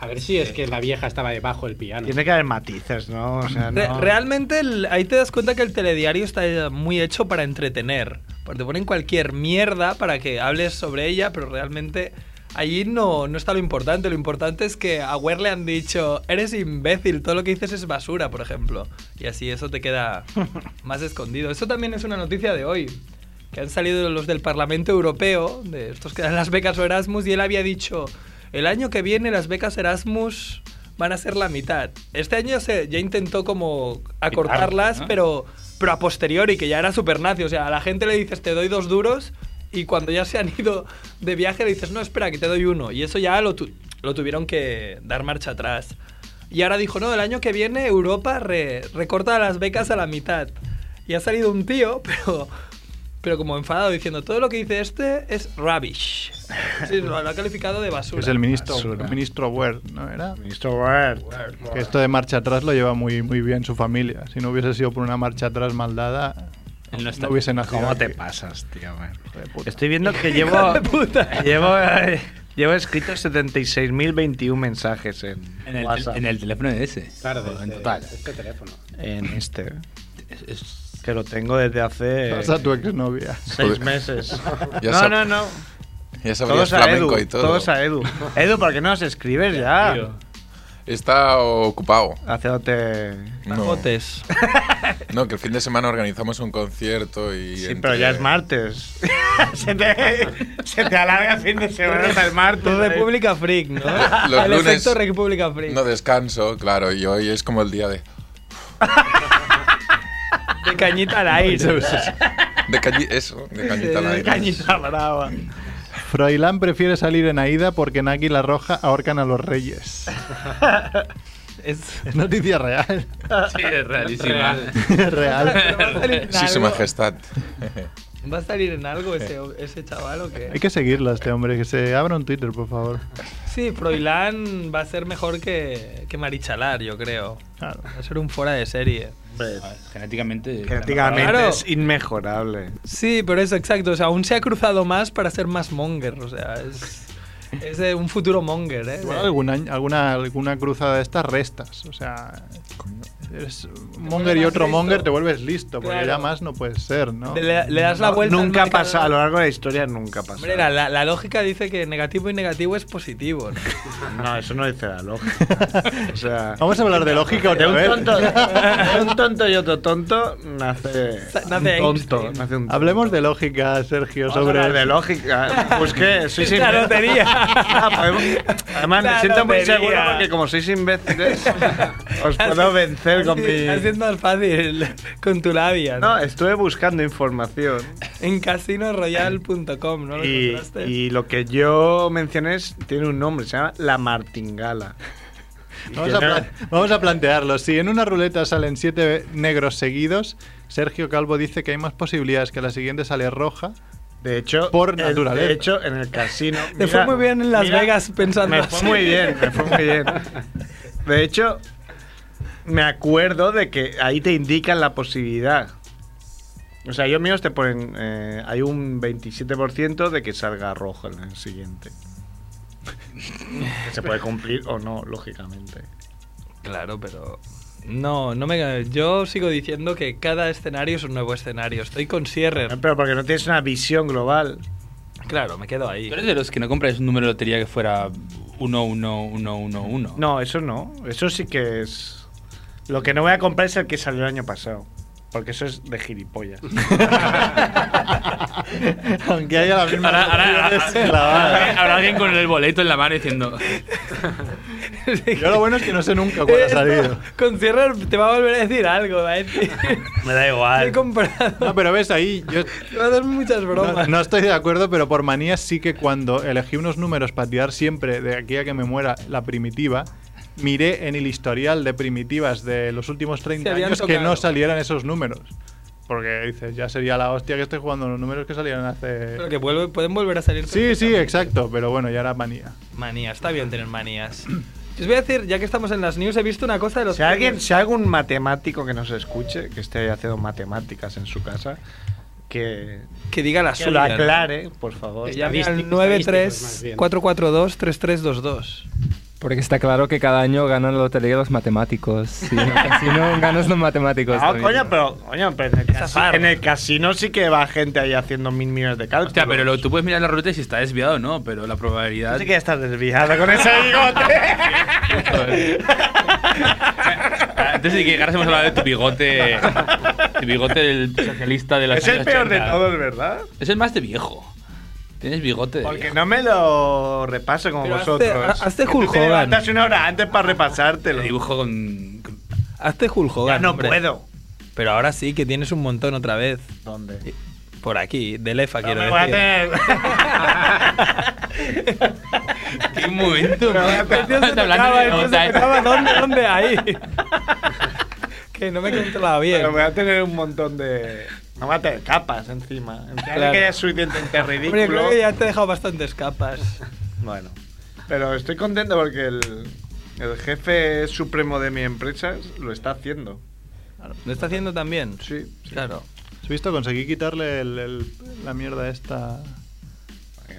Speaker 5: A ver si es que la vieja estaba debajo del piano.
Speaker 8: Tiene que haber matices, ¿no? O sea,
Speaker 7: Re-
Speaker 8: no.
Speaker 7: realmente el- ahí te das cuenta que el telediario está muy hecho para entretener. Porque te ponen cualquier mierda para que hables sobre ella, pero realmente allí no, no está lo importante. Lo importante es que a Ware le han dicho, eres imbécil, todo lo que dices es basura, por ejemplo. Y así eso te queda más escondido. Eso también es una noticia de hoy. Que han salido los del Parlamento Europeo, de estos que dan las becas o Erasmus, y él había dicho, el año que viene las becas Erasmus van a ser la mitad. Este año se, ya intentó como acortarlas,
Speaker 4: ¿no?
Speaker 7: pero, pero a posteriori, que ya era super nazi. O sea, a la gente le dices, te doy dos duros, y cuando ya se han ido de viaje le dices, no, espera, que te doy uno. Y eso ya lo, tu- lo tuvieron que dar marcha atrás. Y ahora dijo, no, el año que viene Europa re- recorta las becas a la mitad. Y ha salido un tío, pero, pero como enfadado, diciendo, todo lo que dice este es rubbish. Sí, lo, lo ha calificado de basura.
Speaker 2: Que es el ministro,
Speaker 8: Basura.
Speaker 2: el ministro Word, ¿no era?
Speaker 8: Ministro Wert.
Speaker 2: Que esto de marcha atrás lo lleva muy, muy bien su familia. Si no hubiese sido por una marcha atrás mal dada,
Speaker 4: Él
Speaker 2: no,
Speaker 4: no está-
Speaker 2: hubiese nacido.
Speaker 8: ¿Cómo te
Speaker 2: aquí.
Speaker 8: pasas, tío? man?
Speaker 2: Hijo de puta.
Speaker 8: Estoy viendo que llevo.
Speaker 7: de puta.
Speaker 8: llevo, eh, llevo escritos 76.021 mensajes en,
Speaker 4: En el,
Speaker 8: WhatsApp.
Speaker 4: en el teléfono de ese.
Speaker 5: Tarde,
Speaker 4: en
Speaker 5: este-
Speaker 4: total.
Speaker 5: Este teléfono.
Speaker 8: En este.
Speaker 4: Es- es-
Speaker 8: Que lo tengo desde hace.
Speaker 2: Vas a tu exnovia.
Speaker 8: Seis meses.
Speaker 3: Ya
Speaker 8: no,
Speaker 3: sab-
Speaker 8: no, no.
Speaker 3: Ya sabrías
Speaker 8: Todos a
Speaker 3: flamenco
Speaker 8: Edu.
Speaker 3: y todo.
Speaker 8: Todos a Edu. Edu, ¿por qué no nos escribes ya?
Speaker 4: Tío,
Speaker 3: Está ocupado.
Speaker 8: Haciéndote.
Speaker 3: No.
Speaker 7: Botes.
Speaker 3: No, que el fin de semana organizamos un concierto y.
Speaker 8: Sí,
Speaker 3: entre-
Speaker 8: pero ya es martes. se, te, se te alarga el fin de semana hasta el martes.
Speaker 7: República Freak, ¿no?
Speaker 3: Los
Speaker 7: el
Speaker 3: lunes-
Speaker 7: efecto República Freak.
Speaker 3: No descanso, claro, y hoy es como el día de.
Speaker 7: De cañita al aire.
Speaker 3: De cañi- eso, de cañita al
Speaker 7: De
Speaker 3: aire.
Speaker 7: cañita brava.
Speaker 2: Froilán prefiere salir en Aida porque en Águila Roja ahorcan a los reyes.
Speaker 7: Es...
Speaker 2: Es noticia real.
Speaker 4: Sí, es realísima.
Speaker 2: real.
Speaker 7: Pero va a salir en
Speaker 3: Sí, su
Speaker 7: algo.
Speaker 3: majestad.
Speaker 7: ¿Va a salir en algo ese, ese chaval o qué?
Speaker 2: Hay que seguirla, este hombre. Que se abra un Twitter, por favor.
Speaker 7: Sí, Froilán va a ser mejor que, que Marichalar, yo creo.
Speaker 2: Claro.
Speaker 7: Va a ser un fuera de serie.
Speaker 4: Genéticamente.
Speaker 8: Prácticamente
Speaker 7: Claro.
Speaker 8: es inmejorable.
Speaker 7: Sí, pero eso, exacto. O sea, aún se ha cruzado más para ser más monger. O sea, es, es de un futuro monger, ¿eh?
Speaker 2: Igual algún año- alguna, alguna cruzada de estas restas. O sea, eres un monger y
Speaker 7: más
Speaker 2: otro
Speaker 7: listo.
Speaker 2: monger, te vuelves listo, porque
Speaker 7: Claro.
Speaker 2: ya más no puedes ser, ¿no?
Speaker 7: De- Le, le das la
Speaker 8: No,
Speaker 7: vuelta. al
Speaker 8: Nunca ha
Speaker 7: mercado.
Speaker 8: pasado, a lo largo de la historia nunca ha pasado.
Speaker 7: Hombre, la, la- la lógica dice que negativo y negativo es positivo. ¿no?
Speaker 8: No, eso no dice la lógica. O sea,
Speaker 2: Vamos a hablar de lógica
Speaker 8: de
Speaker 2: otra
Speaker 8: un,
Speaker 2: vez.
Speaker 8: tonto, de un tonto y otro tonto nace,
Speaker 7: Nace
Speaker 8: un tonto.
Speaker 7: Einstein.
Speaker 8: Nace un tonto.
Speaker 2: Hablemos de lógica, Sergio,
Speaker 8: Vamos a
Speaker 2: sobre.
Speaker 8: hablar de lógica. Pues que sois
Speaker 7: Es la
Speaker 8: imbéciles.
Speaker 7: lotería.
Speaker 8: Ah, podemos- Además,
Speaker 7: La
Speaker 8: me siento muy
Speaker 7: lotería.
Speaker 8: seguro porque como sois imbéciles, os puedo
Speaker 7: Así-
Speaker 8: vencer con
Speaker 7: así-
Speaker 8: mi...
Speaker 7: así es más fácil con tu labia.
Speaker 8: No,
Speaker 7: ¿no?
Speaker 8: estuve buscando información
Speaker 7: En casinoroyal.com, ¿no? ¿Lo
Speaker 8: y,
Speaker 7: encontraste?
Speaker 8: y lo que yo mencioné es- tiene un nombre, se llama La Martingala. Y
Speaker 2: Vamos
Speaker 8: que
Speaker 2: a,
Speaker 8: no-
Speaker 2: pla- vamos a plantearlo. Si en una ruleta salen siete negros seguidos, Sergio Calvo dice que hay más posibilidades que la siguiente sale roja.
Speaker 8: De hecho,
Speaker 2: Por
Speaker 8: el-
Speaker 2: naturaleza.
Speaker 8: De hecho, en el casino.
Speaker 7: Te fue muy bien en Las Vegas pensando
Speaker 8: Me fue
Speaker 7: así.
Speaker 8: muy bien, me fue muy bien. De hecho, me acuerdo de que ahí te indican la posibilidad. O sea, ellos míos te ponen. eh, hay un 27% de que salga rojo en el siguiente. Que se puede cumplir o no, lógicamente.
Speaker 7: Claro, pero. No, no me. Yo sigo diciendo que cada escenario es un nuevo escenario. Estoy con cierre.
Speaker 8: Pero porque no tienes una visión global.
Speaker 7: Claro, me quedo ahí.
Speaker 4: ¿Tú eres de los que no compráis un número de lotería que fuera 11111?
Speaker 8: No, eso no. Eso sí que es. Lo que no voy a comprar es el que salió el año pasado. Porque eso es de gilipollas. Aunque haya la misma.
Speaker 4: Ahora, ahora, ahora-
Speaker 8: Es clavada.
Speaker 4: habrá alguien con el boleto en la mano diciendo.
Speaker 2: Yo lo bueno es que no sé nunca cuál ha salido.
Speaker 7: Con cierre te va a volver a decir algo, va a decir.
Speaker 8: Me da
Speaker 7: He
Speaker 8: igual.
Speaker 7: comprado.
Speaker 2: No, pero ves, ahí yo
Speaker 7: Te va a dar muchas
Speaker 2: no,
Speaker 7: bromas.
Speaker 2: no estoy de acuerdo, pero por manía sí que cuando elegí unos números para tirar siempre de aquí a que me muera la primitiva, miré en el historial de primitivas de los últimos
Speaker 7: Se
Speaker 2: 30
Speaker 7: habían
Speaker 2: años que
Speaker 7: tocado.
Speaker 2: no salieran esos números. Porque dices, ya sería la hostia que estoy jugando los números que salieron hace...
Speaker 7: Pero que vuelve- pueden volver a salir.
Speaker 2: Sí, sí,
Speaker 7: perfectamente.
Speaker 2: exacto, pero bueno, ya era manía.
Speaker 7: Manías, está bien tener manías. Os voy a decir, ya que estamos en las news, he visto una cosa de los.
Speaker 8: Si alguien,
Speaker 7: premios.
Speaker 8: si hay algún matemático que nos escuche, que esté haciendo matemáticas en su casa, que,
Speaker 7: Que diga la
Speaker 8: que lo
Speaker 7: suya. ¿no?
Speaker 8: aclare, por favor.
Speaker 7: Que llame al
Speaker 5: Estadísticos, más bien.
Speaker 7: 934423322.
Speaker 9: Porque está claro que cada año ganan la lotería los matemáticos. Si no, si no ganas los matemáticos.
Speaker 8: Ah,
Speaker 9: también.
Speaker 8: coño, pero, coño, pero en, el casi-
Speaker 7: zafar.
Speaker 8: en el casino sí que va gente ahí haciendo mil millones de cálculos.
Speaker 4: Hostia, pero lo- tú puedes mirar la ruta y si está desviado o no, pero la probabilidad.
Speaker 8: Así que ya estás desviada con ese bigote.
Speaker 4: Antes de que llegaras hemos hablado de tu bigote. Tu bigote del socialista de la
Speaker 8: es el peor de todos, ¿verdad?
Speaker 4: Es el más de viejo. Tienes bigote de
Speaker 8: Porque
Speaker 4: viejo.
Speaker 8: no me lo repaso como
Speaker 7: Pero hazte-
Speaker 8: vosotros.
Speaker 7: ha- hazte
Speaker 8: Que tú
Speaker 7: Hulk
Speaker 8: te
Speaker 7: Hogan.
Speaker 8: levantas una hora antes para repasártelo.
Speaker 4: Te dibujo con. con-
Speaker 7: Hazte Hulk Hogan,
Speaker 8: Ya no
Speaker 7: hombre.
Speaker 8: puedo.
Speaker 7: Pero ahora sí que tienes un montón otra vez.
Speaker 8: ¿Dónde?
Speaker 7: Por aquí, de lefa, quiero
Speaker 8: me
Speaker 7: decir.
Speaker 8: voy a tener-
Speaker 4: ¡Qué momento! Estás
Speaker 7: Estaba
Speaker 4: hablando de
Speaker 7: estaba,
Speaker 4: notas.
Speaker 7: ¿dónde, ¿Dónde? Ahí. que no me controlaba bien.
Speaker 8: Pero voy a tener un montón de. No voy a tener capas encima. En plan
Speaker 7: Claro.
Speaker 8: que ya es suficientemente
Speaker 7: Hombre, yo creo
Speaker 8: ridículo.
Speaker 7: que ya te he dejado bastantes capas.
Speaker 8: Bueno. Pero estoy contento porque el, el jefe supremo de mi empresa lo está haciendo.
Speaker 7: ¿Lo está haciendo también?
Speaker 8: Sí, sí.
Speaker 7: Claro.
Speaker 2: ¿Has visto? Conseguí quitarle el- el- la mierda esta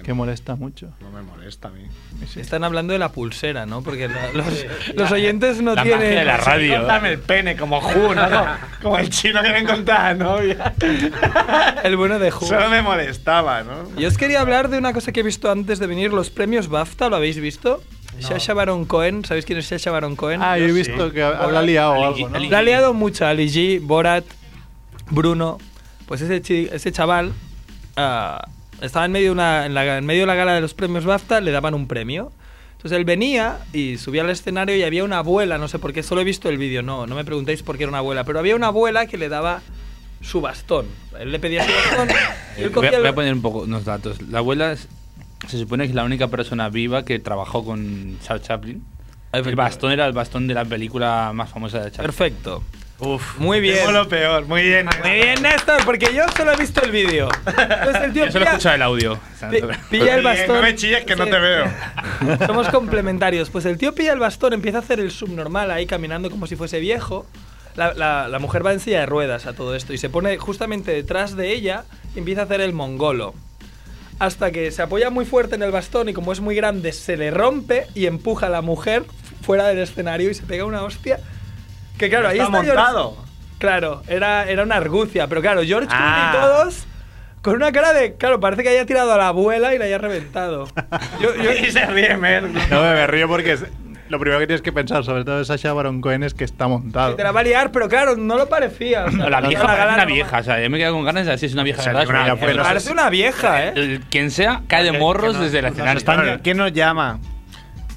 Speaker 2: que molesta mucho.
Speaker 8: No me molesta a mí.
Speaker 2: Y sí.
Speaker 7: Están hablando de la pulsera, ¿no? Porque la- los, los oyentes no
Speaker 4: La magia
Speaker 7: tienen.
Speaker 4: de la radio.
Speaker 8: Dame el pene como Ju, ¿no? Como- Como el chino que me encontraba novia.
Speaker 7: El bueno de Ju.
Speaker 8: Solo me molestaba, ¿no?
Speaker 7: Yo os quería hablar de una cosa que he visto antes de venir, los premios BAFTA, ¿lo habéis visto? Sasha Baron Cohen, ¿sabéis quién es Sasha Baron Cohen?
Speaker 2: Ah, yo he visto que habrá liado o algo, ¿no?
Speaker 4: Ali-
Speaker 7: La ha liado mucho a Ligi, Borat, Bruno. Pues ese, chi- ese chaval ah, estaba en medio, de una, en, la, en medio de la gala de los premios BAFTA, le daban un premio. Entonces él venía y subía al escenario y había una abuela, no sé por qué, solo he visto el vídeo, no, no me preguntéis por qué era una abuela, pero había una abuela que le daba su bastón. Él le pedía su bastón. y
Speaker 4: Eh,
Speaker 7: él
Speaker 4: Voy
Speaker 7: cogía
Speaker 4: a,
Speaker 7: el-
Speaker 4: voy a poner un poco unos datos. La abuela es- se supone que es la única persona viva que trabajó con Charles Chaplin. El bastón era el bastón de la película más famosa de Chaplin.
Speaker 7: Perfecto. Uf, muy bien.
Speaker 8: Tengo lo peor, muy bien.
Speaker 7: Muy bien, Néstor, porque yo solo he visto el vídeo. Entonces el tío
Speaker 4: Yo solo he
Speaker 7: pilla-
Speaker 4: escuchado el audio.
Speaker 7: Pi- pilla el
Speaker 8: Muy bien,
Speaker 7: bastón.
Speaker 8: No me chilles que no
Speaker 7: Sí.
Speaker 8: te veo.
Speaker 7: Somos complementarios. Pues el tío pilla el bastón, empieza a hacer el subnormal ahí caminando como si fuese viejo. La, la- la mujer va en silla de ruedas a todo esto y se pone justamente detrás de ella y empieza a hacer el mongolo. Hasta que se apoya muy fuerte en el bastón y como es muy grande se le rompe y empuja a la mujer fuera del escenario y se pega una hostia. Que claro, ahí
Speaker 8: Está
Speaker 7: está George-
Speaker 8: montado.
Speaker 7: Claro, era, era una argucia, pero claro, George Clooney
Speaker 8: Ah.
Speaker 7: y todos con una cara de. Claro, parece que haya tirado a la abuela y la haya reventado. Yo, yo-
Speaker 8: Y se ríe Merck.
Speaker 2: No, me río porque es- lo primero que tienes que pensar, sobre todo de Sasha Baron Cohen, es que está montado.
Speaker 7: que te la va a liar, pero claro, no lo parecía. o sea,
Speaker 4: la vieja
Speaker 7: gala
Speaker 4: parece una
Speaker 7: no-
Speaker 4: vieja. O sea, yo me quedo con ganas de decir si es una vieja.
Speaker 2: O sea,
Speaker 4: ¿verdad?
Speaker 2: yo creo que ya
Speaker 4: Es una vieja.
Speaker 2: fue,
Speaker 7: Parece una vieja, ¿eh?
Speaker 4: El- quien sea cae de morros desde el escenario.
Speaker 8: España, ¿quién nos llama?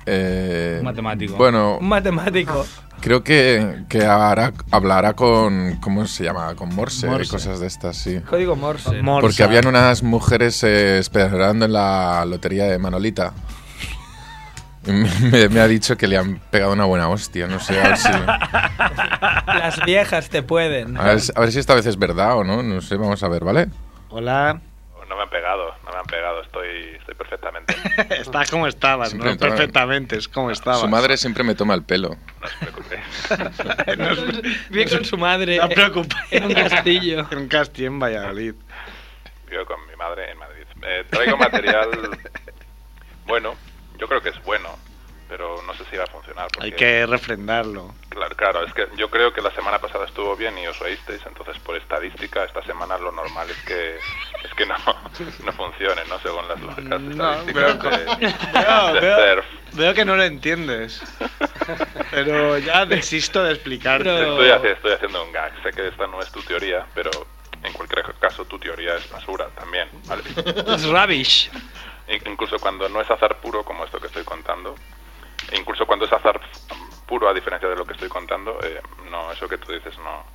Speaker 3: Eh,
Speaker 4: Un matemático.
Speaker 3: Bueno,
Speaker 7: Un matemático.
Speaker 3: creo que, que hará- hablará con. ¿Cómo se llama? Con Morse,
Speaker 2: Morse.
Speaker 3: cosas de estas, sí.
Speaker 7: Código Morse.
Speaker 3: Porque habían unas mujeres eh, esperando en la lotería de Manolita. Y Me, me ha dicho que le han pegado una buena hostia, no sé, a ver si, a
Speaker 7: Las viejas te pueden.
Speaker 3: ver si- a ver si esta vez es verdad o no, no sé, vamos a ver, ¿vale?
Speaker 8: Hola.
Speaker 10: No me han pegado, no me han pegado, estoy, estoy perfectamente.
Speaker 8: Estás como estabas, ¿no?
Speaker 3: Simplemente.
Speaker 8: Perfectamente, es como estabas.
Speaker 3: Su madre siempre me toma el pelo.
Speaker 10: No os preocupéis.
Speaker 8: No os-
Speaker 7: Vive con su madre.
Speaker 8: no os preocupéis.
Speaker 7: En un castillo.
Speaker 8: En un castillo en Valladolid.
Speaker 10: Vivo con mi madre en Madrid. Eh, traigo material bueno, yo creo que es bueno, pero no sé si va a funcionar. Porque,
Speaker 8: Hay que refrendarlo.
Speaker 10: Claro, claro, es que yo creo que la semana pasada estuvo bien y os oísteis, entonces por estadística esta semana lo normal es que es que no, no funcione, ¿no? Según las lógicas
Speaker 8: No,
Speaker 10: estadísticas
Speaker 8: veo,
Speaker 10: de,
Speaker 8: veo-
Speaker 10: de
Speaker 8: veo-
Speaker 10: CERF.
Speaker 8: veo que no lo entiendes. Pero ya desisto de explicarte.
Speaker 10: Estoy, haci- estoy haciendo un gag, sé que esta no es tu teoría, pero en cualquier caso tu teoría es basura también, ¿vale?
Speaker 7: Es rubbish.
Speaker 10: In- Incluso cuando no es azar puro, como esto que estoy contando, e incluso cuando es azar mm, puro, a diferencia de lo que estoy contando, eh, no, eso que tú dices no,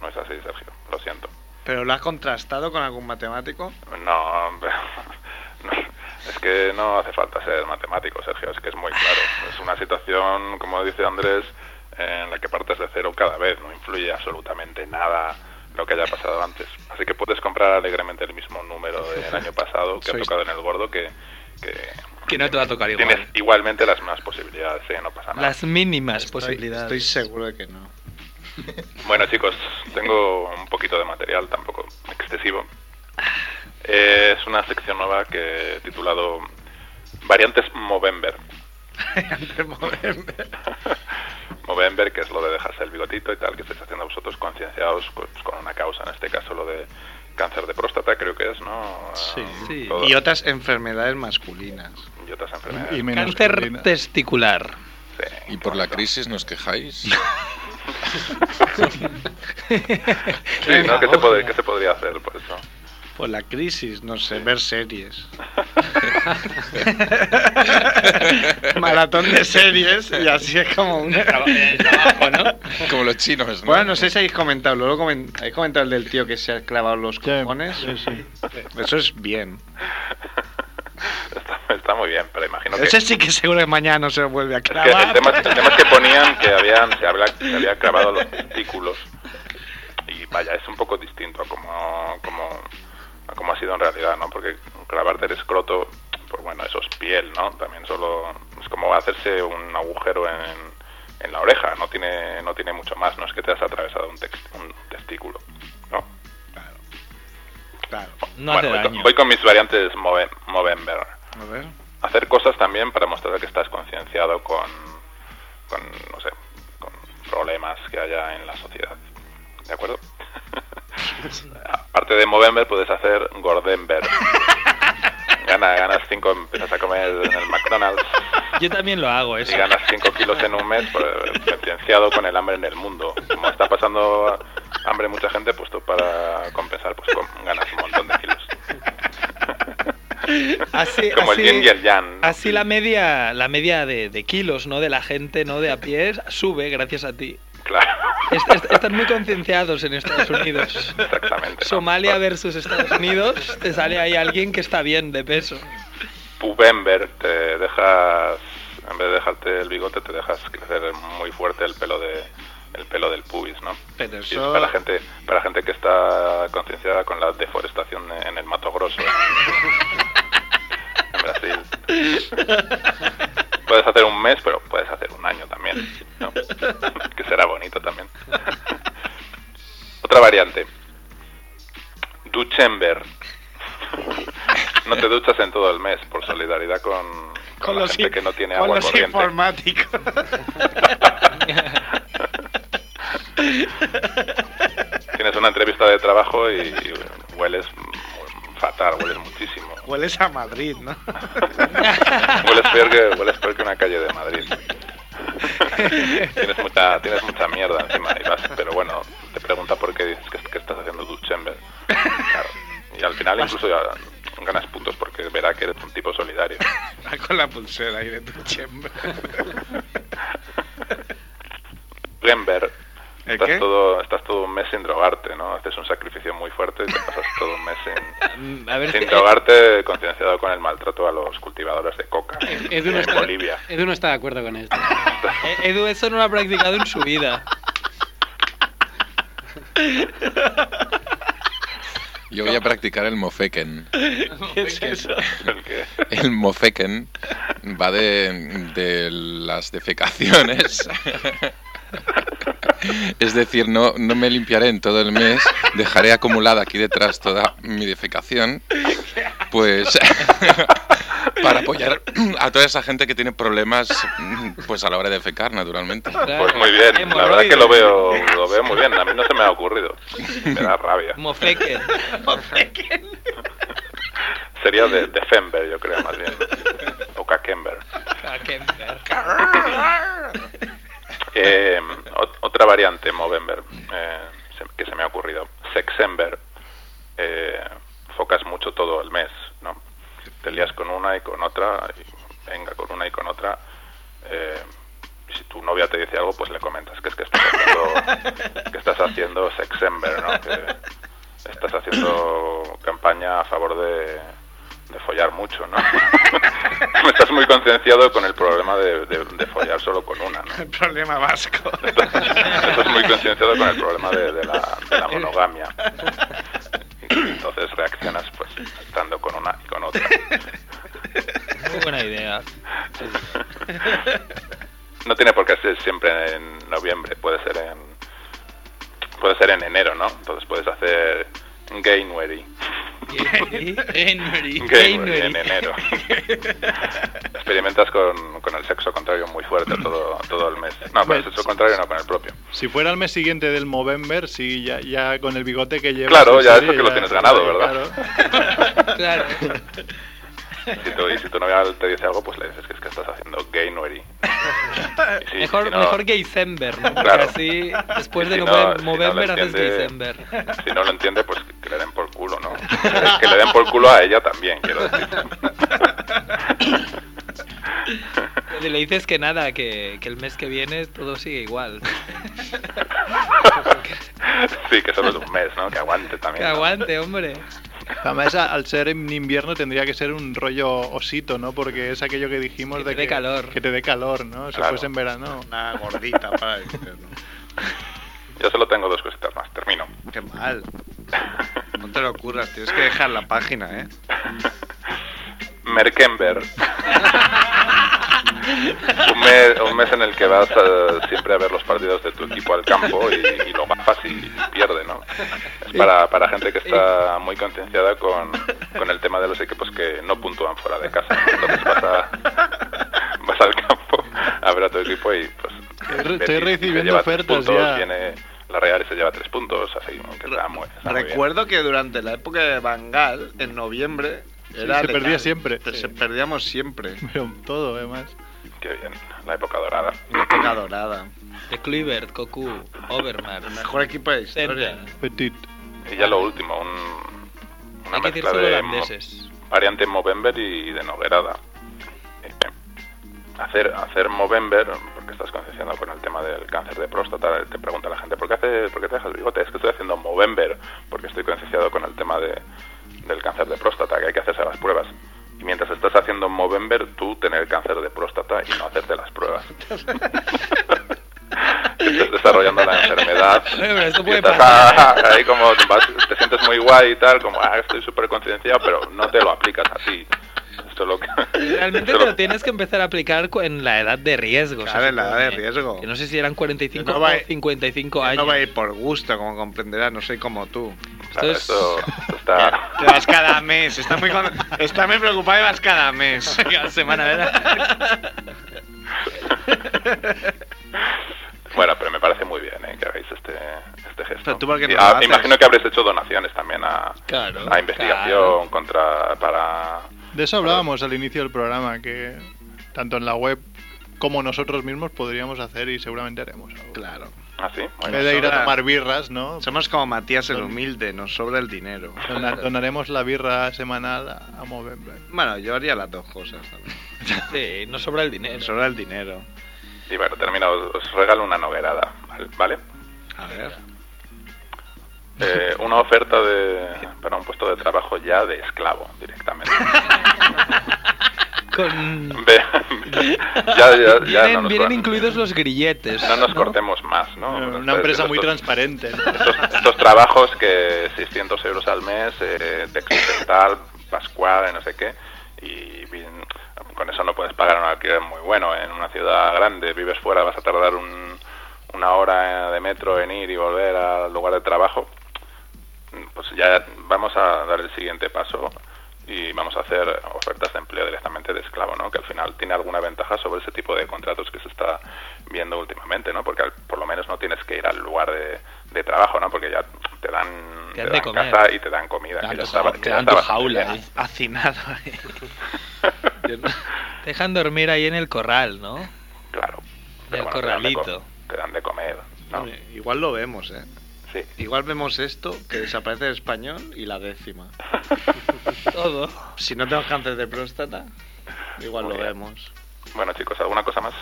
Speaker 10: no es así, Sergio, lo siento.
Speaker 8: ¿Pero lo has contrastado con algún matemático?
Speaker 10: No, no, es que no hace falta ser matemático, Sergio, es que es muy claro. Es una situación, como dice Andrés, en la que partes de cero cada vez, no influye absolutamente nada lo que haya pasado antes. Así que puedes comprar alegremente el mismo número del año pasado que ha
Speaker 7: Sois-
Speaker 10: tocado en el gordo que... que
Speaker 4: Que no te va a tocar igual.
Speaker 10: Tienes igualmente las mismas posibilidades, sí, no pasa nada.
Speaker 7: Las mínimas
Speaker 8: Estoy,
Speaker 7: posibilidades.
Speaker 8: estoy seguro de que no.
Speaker 10: Bueno, chicos, tengo un poquito de material, tampoco excesivo. Eh, es una sección nueva que he titulado Variantes Movember. Movember. Movember, que es lo de dejarse el bigotito y tal, que estáis haciendo vosotros concienciados pues, con una causa, en este caso lo de cáncer de próstata, creo que es, ¿no? Ah,
Speaker 8: Sí.
Speaker 7: Sí.
Speaker 10: Todo-
Speaker 8: Y otras enfermedades masculinas.
Speaker 10: y otras enfermedades.
Speaker 2: Y menos
Speaker 7: Cáncer
Speaker 2: colinas.
Speaker 7: testicular.
Speaker 10: Sí,
Speaker 11: ¿Y por la
Speaker 10: correcto.
Speaker 11: crisis nos quejáis?
Speaker 10: Sí, ¿no? ¿Qué, se puede- ¿Qué se podría hacer por eso?
Speaker 8: Por la crisis, no sé, ver series. Maratón de series y así es como un...
Speaker 11: Como los chinos, ¿no?
Speaker 8: Bueno, no sé si habéis comentado, luego comen- habéis comentado el del tío que se ha clavado los cojones. Eso es bien.
Speaker 10: Está, está muy bien, pero imagino que...
Speaker 8: Ese sí que seguro que mañana no se lo vuelve a
Speaker 10: Es que el,
Speaker 8: clavar.
Speaker 10: tema, el tema es que ponían que habían, se, habla, se había clavado los testículos. Y vaya, es un poco distinto a como, como, a como ha sido en realidad, ¿no? Porque clavarte el escroto, pues bueno, eso es piel, ¿no? También solo es como hacerse un agujero en, en la oreja, no tiene, no tiene mucho más, no es que te has atravesado un, tex- un testículo, ¿no?
Speaker 8: Claro.
Speaker 7: No
Speaker 10: Bueno,
Speaker 7: hace
Speaker 10: voy, con-
Speaker 7: daño.
Speaker 10: voy con mis variantes move- Movember
Speaker 8: A ver.
Speaker 10: hacer cosas también para mostrar que estás concienciado con, con, no sé, con problemas que haya en la sociedad. ¿De acuerdo? Aparte de Movember, puedes hacer Gordember. Gana, ganas 5, empiezas a comer en el McDonald's
Speaker 7: Yo también lo hago, eso.
Speaker 10: y ganas 5 kilos en un mes, pues, concienciado con el hambre en el mundo. Como está pasando hambre mucha gente, pues tú para compensar, pues com- ganas un montón de kilos.
Speaker 7: Así,
Speaker 10: Como
Speaker 7: así-
Speaker 10: el yin y el yang. ¿no?
Speaker 7: Así la media, la media de, de kilos, ¿no? De la gente, ¿no? De a pies, sube gracias a ti.
Speaker 10: Claro.
Speaker 7: Est- est- están muy concienciados en Estados Unidos.
Speaker 10: Exactamente. ¿no?
Speaker 7: Somalia versus Estados Unidos, te sale ahí alguien que está bien de peso.
Speaker 10: Pubember, te dejas, en vez de dejarte el bigote, te dejas crecer muy fuerte el pelo de el pelo del pubis, ¿no?
Speaker 8: Pero
Speaker 10: Y es
Speaker 8: eso-
Speaker 10: para gente, para gente que está concienciada con la deforestación en el Mato Grosso. en Brasil. Puedes hacer un mes, pero puedes hacer un año también, ¿no? que será bonito también. Otra variante. Duchember. No te duchas en todo el mes por solidaridad con, con la gente
Speaker 8: in-
Speaker 10: que no tiene
Speaker 8: con
Speaker 10: agua
Speaker 8: los
Speaker 10: corriente.
Speaker 8: informáticos.
Speaker 10: Tienes una entrevista de trabajo y, y hueles mm, fatal, hueles muchísimo.
Speaker 8: Hueles a Madrid, ¿no?
Speaker 10: hueles, peor que, hueles peor que una calle de Madrid. tienes, mucha, tienes mucha mierda encima y vas, pero bueno, te pregunta por qué dices que, que estás haciendo Duchember. Claro. Y al final incluso ya ganas puntos porque verá que eres un tipo solidario.
Speaker 8: Va con la pulsera ahí de tu chemba.
Speaker 10: Rember.
Speaker 8: ¿El
Speaker 10: Estás
Speaker 8: qué?
Speaker 10: todo, estás todo un mes sin drogarte, ¿no? Haces un sacrificio muy fuerte y te pasas todo un mes sin,
Speaker 7: Mm, A ver,
Speaker 10: sin
Speaker 7: eh,
Speaker 10: drogarte, concienciado con el maltrato a los cultivadores de coca en,
Speaker 5: Edu no,
Speaker 10: en
Speaker 5: está,
Speaker 10: Bolivia.
Speaker 5: Edu no está de acuerdo con esto.
Speaker 7: eh, Edu eso no lo ha practicado en su vida.
Speaker 11: Yo voy a practicar el mofeken.
Speaker 7: ¿Qué es eso?
Speaker 10: El que-
Speaker 11: El mofeken va de, de las defecaciones. Es decir, no, no me limpiaré en todo el mes, dejaré acumulada aquí detrás toda mi defecación. Pues para apoyar a toda esa gente que tiene problemas pues a la hora de fecar, naturalmente.
Speaker 10: Pues muy bien, la verdad es que lo veo, lo veo muy bien. A mí no se me ha ocurrido. Me da rabia.
Speaker 12: Mofeque.
Speaker 10: Sería de, de Fember, yo creo, más bien. O Kakember.
Speaker 12: Ah,
Speaker 10: Eh, ot- otra variante, Movember, eh, se- que se me ha ocurrido. Sexember. Eh, focas mucho todo el mes, ¿no? Te lías con una y con otra, y venga, con una y con otra. Eh, si tu novia te dice algo, pues le comentas que es que estás haciendo, que estás haciendo Sexember, ¿no? Que estás haciendo campaña a favor de, de follar mucho, ¿no? estás muy concienciado con el problema de, de- de follar solo con una, ¿no?
Speaker 8: El problema vasco.
Speaker 10: Estás muy concienciado con el problema de, de la, de la monogamia. Entonces reaccionas pues estando con una y con otra.
Speaker 12: Muy buena idea.
Speaker 10: No tiene por qué ser siempre en noviembre, puede ser en puede ser en enero, ¿no? Entonces puedes hacer January.
Speaker 12: Henry.
Speaker 10: January en enero. Experimentas con, con el sexo contrario muy fuerte todo, todo el mes. No, con el sexo contrario no, con el propio.
Speaker 2: Si fuera el mes siguiente del Movember, sí, ya, ya con el bigote que llevas.
Speaker 10: Claro,
Speaker 2: ese
Speaker 10: ya
Speaker 2: día,
Speaker 10: eso que lo tienes ganado, ¿verdad?
Speaker 12: Claro.
Speaker 10: Si tu, y si tu novia te dice algo, pues le dices que es que estás haciendo January. Y si-
Speaker 12: mejor
Speaker 10: si no-
Speaker 12: mejor Gaysember, ¿no? Porque
Speaker 10: Claro.
Speaker 12: así, después
Speaker 10: Y
Speaker 12: de
Speaker 10: si no-
Speaker 12: November,
Speaker 10: si no lo
Speaker 12: Movember haces
Speaker 10: entiende-
Speaker 12: Gaysember.
Speaker 10: Si no lo entiende, pues que, que le den por culo, ¿no? Que- Que le den por culo a ella también, quiero decir.
Speaker 12: Y le dices que nada, que, que el mes que viene todo sigue igual.
Speaker 10: Sí, que solo es un mes, ¿no? Que aguante
Speaker 12: que
Speaker 10: también. ¿no?
Speaker 12: aguante, hombre.
Speaker 2: Además, a- al ser en invierno tendría que ser un rollo osito, ¿no? Porque es aquello que dijimos de
Speaker 12: dé
Speaker 2: que,
Speaker 12: calor.
Speaker 2: que te dé calor, ¿no? Si
Speaker 10: Claro.
Speaker 2: fuese en verano.
Speaker 8: Una gordita para el infierno.
Speaker 10: Yo solo tengo dos cositas más. Termino.
Speaker 8: Qué mal. No te lo ocurras, tienes que dejar la página, ¿eh?
Speaker 10: Merkember. Un mes, un mes en el que vas eh, siempre a ver los partidos de tu equipo al campo y, y lo gafas y pierde, ¿no? Es para, para gente que está muy concienciada con, con el tema de los equipos que no puntúan fuera de casa. ¿no? Entonces vas, a- vas al campo a ver a tu equipo y pues... el
Speaker 2: Estoy
Speaker 10: Betis se
Speaker 2: recibiendo
Speaker 10: lleva tres
Speaker 2: ofertas
Speaker 10: puntos,
Speaker 2: ya.
Speaker 10: Viene la Real y se lleva tres puntos, así ¿no? que está muy, está muy bien.
Speaker 8: Recuerdo que durante la época de Bangal, en noviembre, era
Speaker 2: se
Speaker 8: letal.
Speaker 2: perdía siempre.
Speaker 8: Te-
Speaker 2: Sí.
Speaker 8: Se perdíamos siempre.
Speaker 2: Pero todo, además.
Speaker 10: Qué bien, la época dorada.
Speaker 8: Una época dorada.
Speaker 12: De Kluivert, Cocu, Overmars.
Speaker 8: Mejor equipo de la historia.
Speaker 2: Petit.
Speaker 10: Y ya lo último, un, una
Speaker 12: Hay que decir
Speaker 10: mezcla
Speaker 12: solo
Speaker 10: de
Speaker 12: holandeses.
Speaker 10: mo- variante Movember y de Noguerada. Eh, hacer, hacer Movember, porque estás concienciando con el tema del cáncer de próstata, te pregunta la gente, ¿por qué, hace, por qué te dejas el bigote? Es que estoy haciendo Movember, porque estoy concienciado con el tema de, del cáncer de próstata, que hay que hacerse las pruebas. Y mientras estás haciendo Movember, tú tener cáncer de próstata y no hacerte las pruebas. estás desarrollando la enfermedad.
Speaker 12: Oye, pero esto
Speaker 10: y
Speaker 12: puede
Speaker 10: estás,
Speaker 12: pasar. ¿eh?
Speaker 10: "Ah, ah", ahí como vas- te sientes muy guay y tal, como "Ah, estoy súper concienciado, pero no te lo aplicas así. Esto es lo que...
Speaker 12: Realmente
Speaker 10: esto
Speaker 12: te
Speaker 10: es
Speaker 12: lo tienes que empezar a aplicar cu- en la edad de riesgo. se
Speaker 8: Claro, en la edad de
Speaker 12: supone.
Speaker 8: riesgo.
Speaker 12: Que no sé si eran 45
Speaker 8: No va-
Speaker 12: o 55
Speaker 8: Yo
Speaker 12: años.
Speaker 8: No va a ir por gusto, como comprenderás, no soy como tú.
Speaker 10: Claro, esto, esto está...
Speaker 8: Te vas cada mes, está muy, con- está muy preocupado y vas cada mes.
Speaker 12: Cada semana, ¿verdad?
Speaker 10: Bueno, pero me parece muy bien ¿eh? que hagáis este, este gesto.
Speaker 8: Pero tú, ¿por qué no
Speaker 10: Y,
Speaker 8: lo
Speaker 10: ah,
Speaker 8: haces?
Speaker 10: imagino que habréis hecho donaciones también a,
Speaker 12: Claro,
Speaker 10: a investigación contra para
Speaker 2: De eso hablábamos al inicio del programa, que tanto en la web como nosotros mismos podríamos hacer y seguramente haremos algo.
Speaker 8: Claro.
Speaker 10: así.
Speaker 2: En
Speaker 10: ah, bueno,
Speaker 2: vez de ir a
Speaker 8: sobra.
Speaker 2: tomar birras, ¿no?
Speaker 8: Somos como Matías el humilde, nos sobra el dinero.
Speaker 2: Dona- donaremos la birra semanal a, a Movember.
Speaker 8: Bueno, yo haría las dos cosas también.
Speaker 12: Sí, no sobra el dinero.
Speaker 8: Nos sobra el dinero.
Speaker 10: y bueno, termino, os, os regalo una noguerada, ¿vale? ¿vale?
Speaker 8: A ver.
Speaker 10: Eh, una oferta de, para un puesto de trabajo ya de esclavo directamente.
Speaker 12: Con...
Speaker 10: Ve- ya, ya, ya
Speaker 12: vienen
Speaker 10: no nos,
Speaker 12: vienen
Speaker 10: va-
Speaker 12: incluidos los grilletes.
Speaker 10: no nos cortemos más, ¿no?
Speaker 2: Eh, Una empresa muy
Speaker 10: Estos-
Speaker 2: transparente. ¿no?
Speaker 10: estos, estos trabajos que 600 euros al mes, eh, de occidental, pascual, no sé qué, y bien, con eso no puedes pagar un alquiler muy bueno ¿eh? en una ciudad grande. Vives fuera, vas a tardar un- una hora de metro en ir y volver al lugar de trabajo. Pues ya vamos a dar el siguiente paso y vamos a hacer ofertas de empleo directamente de esclavo, ¿no? Que al final tiene alguna ventaja sobre ese tipo de contratos que se está viendo últimamente, ¿no? Porque al- por lo menos no tienes que ir al lugar de, de trabajo, ¿no? Porque ya te dan,
Speaker 6: Te
Speaker 10: te
Speaker 6: dan de
Speaker 10: dan
Speaker 6: comer.
Speaker 10: casa y te dan
Speaker 6: Te
Speaker 10: comida. que
Speaker 6: dan
Speaker 10: ya
Speaker 6: tu
Speaker 10: está ba-
Speaker 6: ja-
Speaker 10: que
Speaker 6: te
Speaker 10: ya
Speaker 6: dan
Speaker 10: está
Speaker 6: tu
Speaker 10: bastante
Speaker 6: jaula
Speaker 10: bien.
Speaker 6: ahí, hacinado. ahí. Te dejan dormir ahí en el corral, ¿no?
Speaker 10: Claro.
Speaker 6: En el
Speaker 10: Pero bueno, te dan de co-
Speaker 6: corralito.
Speaker 10: Te dan de comer, ¿no?
Speaker 8: Hombre, Igual lo vemos, ¿eh?
Speaker 10: Sí.
Speaker 8: Igual vemos esto, que desaparece el español y la décima.
Speaker 6: Todo.
Speaker 8: Si no tengo cáncer de próstata, igual lo vemos.
Speaker 10: Bueno, chicos, ¿alguna cosa más?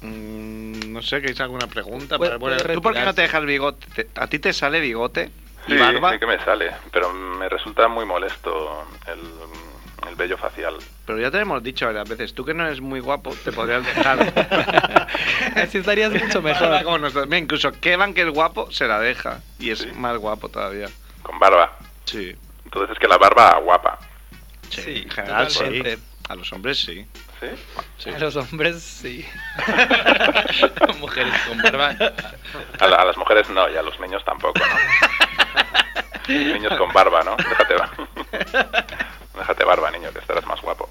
Speaker 8: Mm, no sé, ¿queréis alguna pregunta?
Speaker 10: Puede-
Speaker 8: Para- bueno,
Speaker 10: puede
Speaker 8: ¿Tú por qué no
Speaker 10: retirarse.
Speaker 8: te dejas bigote? ¿Te- ¿A ti te sale bigote? ¿Y
Speaker 10: Sí,
Speaker 8: barba?
Speaker 10: sí que me sale, pero me resulta muy molesto el, el vello facial.
Speaker 8: Pero ya te hemos dicho varias veces, tú que no eres muy guapo, te podrías dejar.
Speaker 6: Así estarías mucho mejor.
Speaker 8: Barba como nosotros. Mira, incluso Kevin, que es guapo, se la deja. Y es más guapo todavía.
Speaker 10: Con barba.
Speaker 8: Sí.
Speaker 10: Entonces es que la barba guapa.
Speaker 8: Sí,
Speaker 6: Sí,
Speaker 8: en general sí.
Speaker 6: totalmente.
Speaker 8: A los hombres sí.
Speaker 10: ¿Sí?
Speaker 6: A los hombres sí. Mujeres con barba.
Speaker 10: A, la- a las mujeres no, y a los niños tampoco, ¿no? niños con barba, ¿no? Déjate, ba- Déjate barba, niño, que estarás más guapo.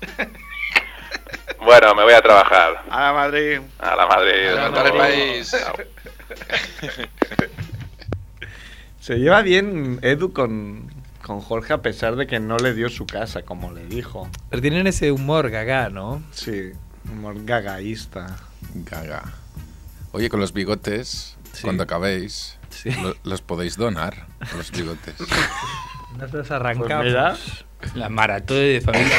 Speaker 10: Bueno, me voy a trabajar.
Speaker 8: A la Madrid.
Speaker 10: A la Madrid.
Speaker 3: A la
Speaker 10: hasta luego.
Speaker 3: Madrid.
Speaker 10: Chao.
Speaker 8: Se lleva bien Edu con, con Jorge a pesar de que no le dio su casa, como le dijo.
Speaker 7: Pero tienen ese humor gaga, ¿no?
Speaker 8: Sí, humor gagaísta.
Speaker 3: Gaga. Oye, con los bigotes, cuando acabéis, lo- los podéis donar, los bigotes.
Speaker 7: Nosotros
Speaker 8: Pues mira.
Speaker 7: arrancamos.
Speaker 4: La maratón de familia.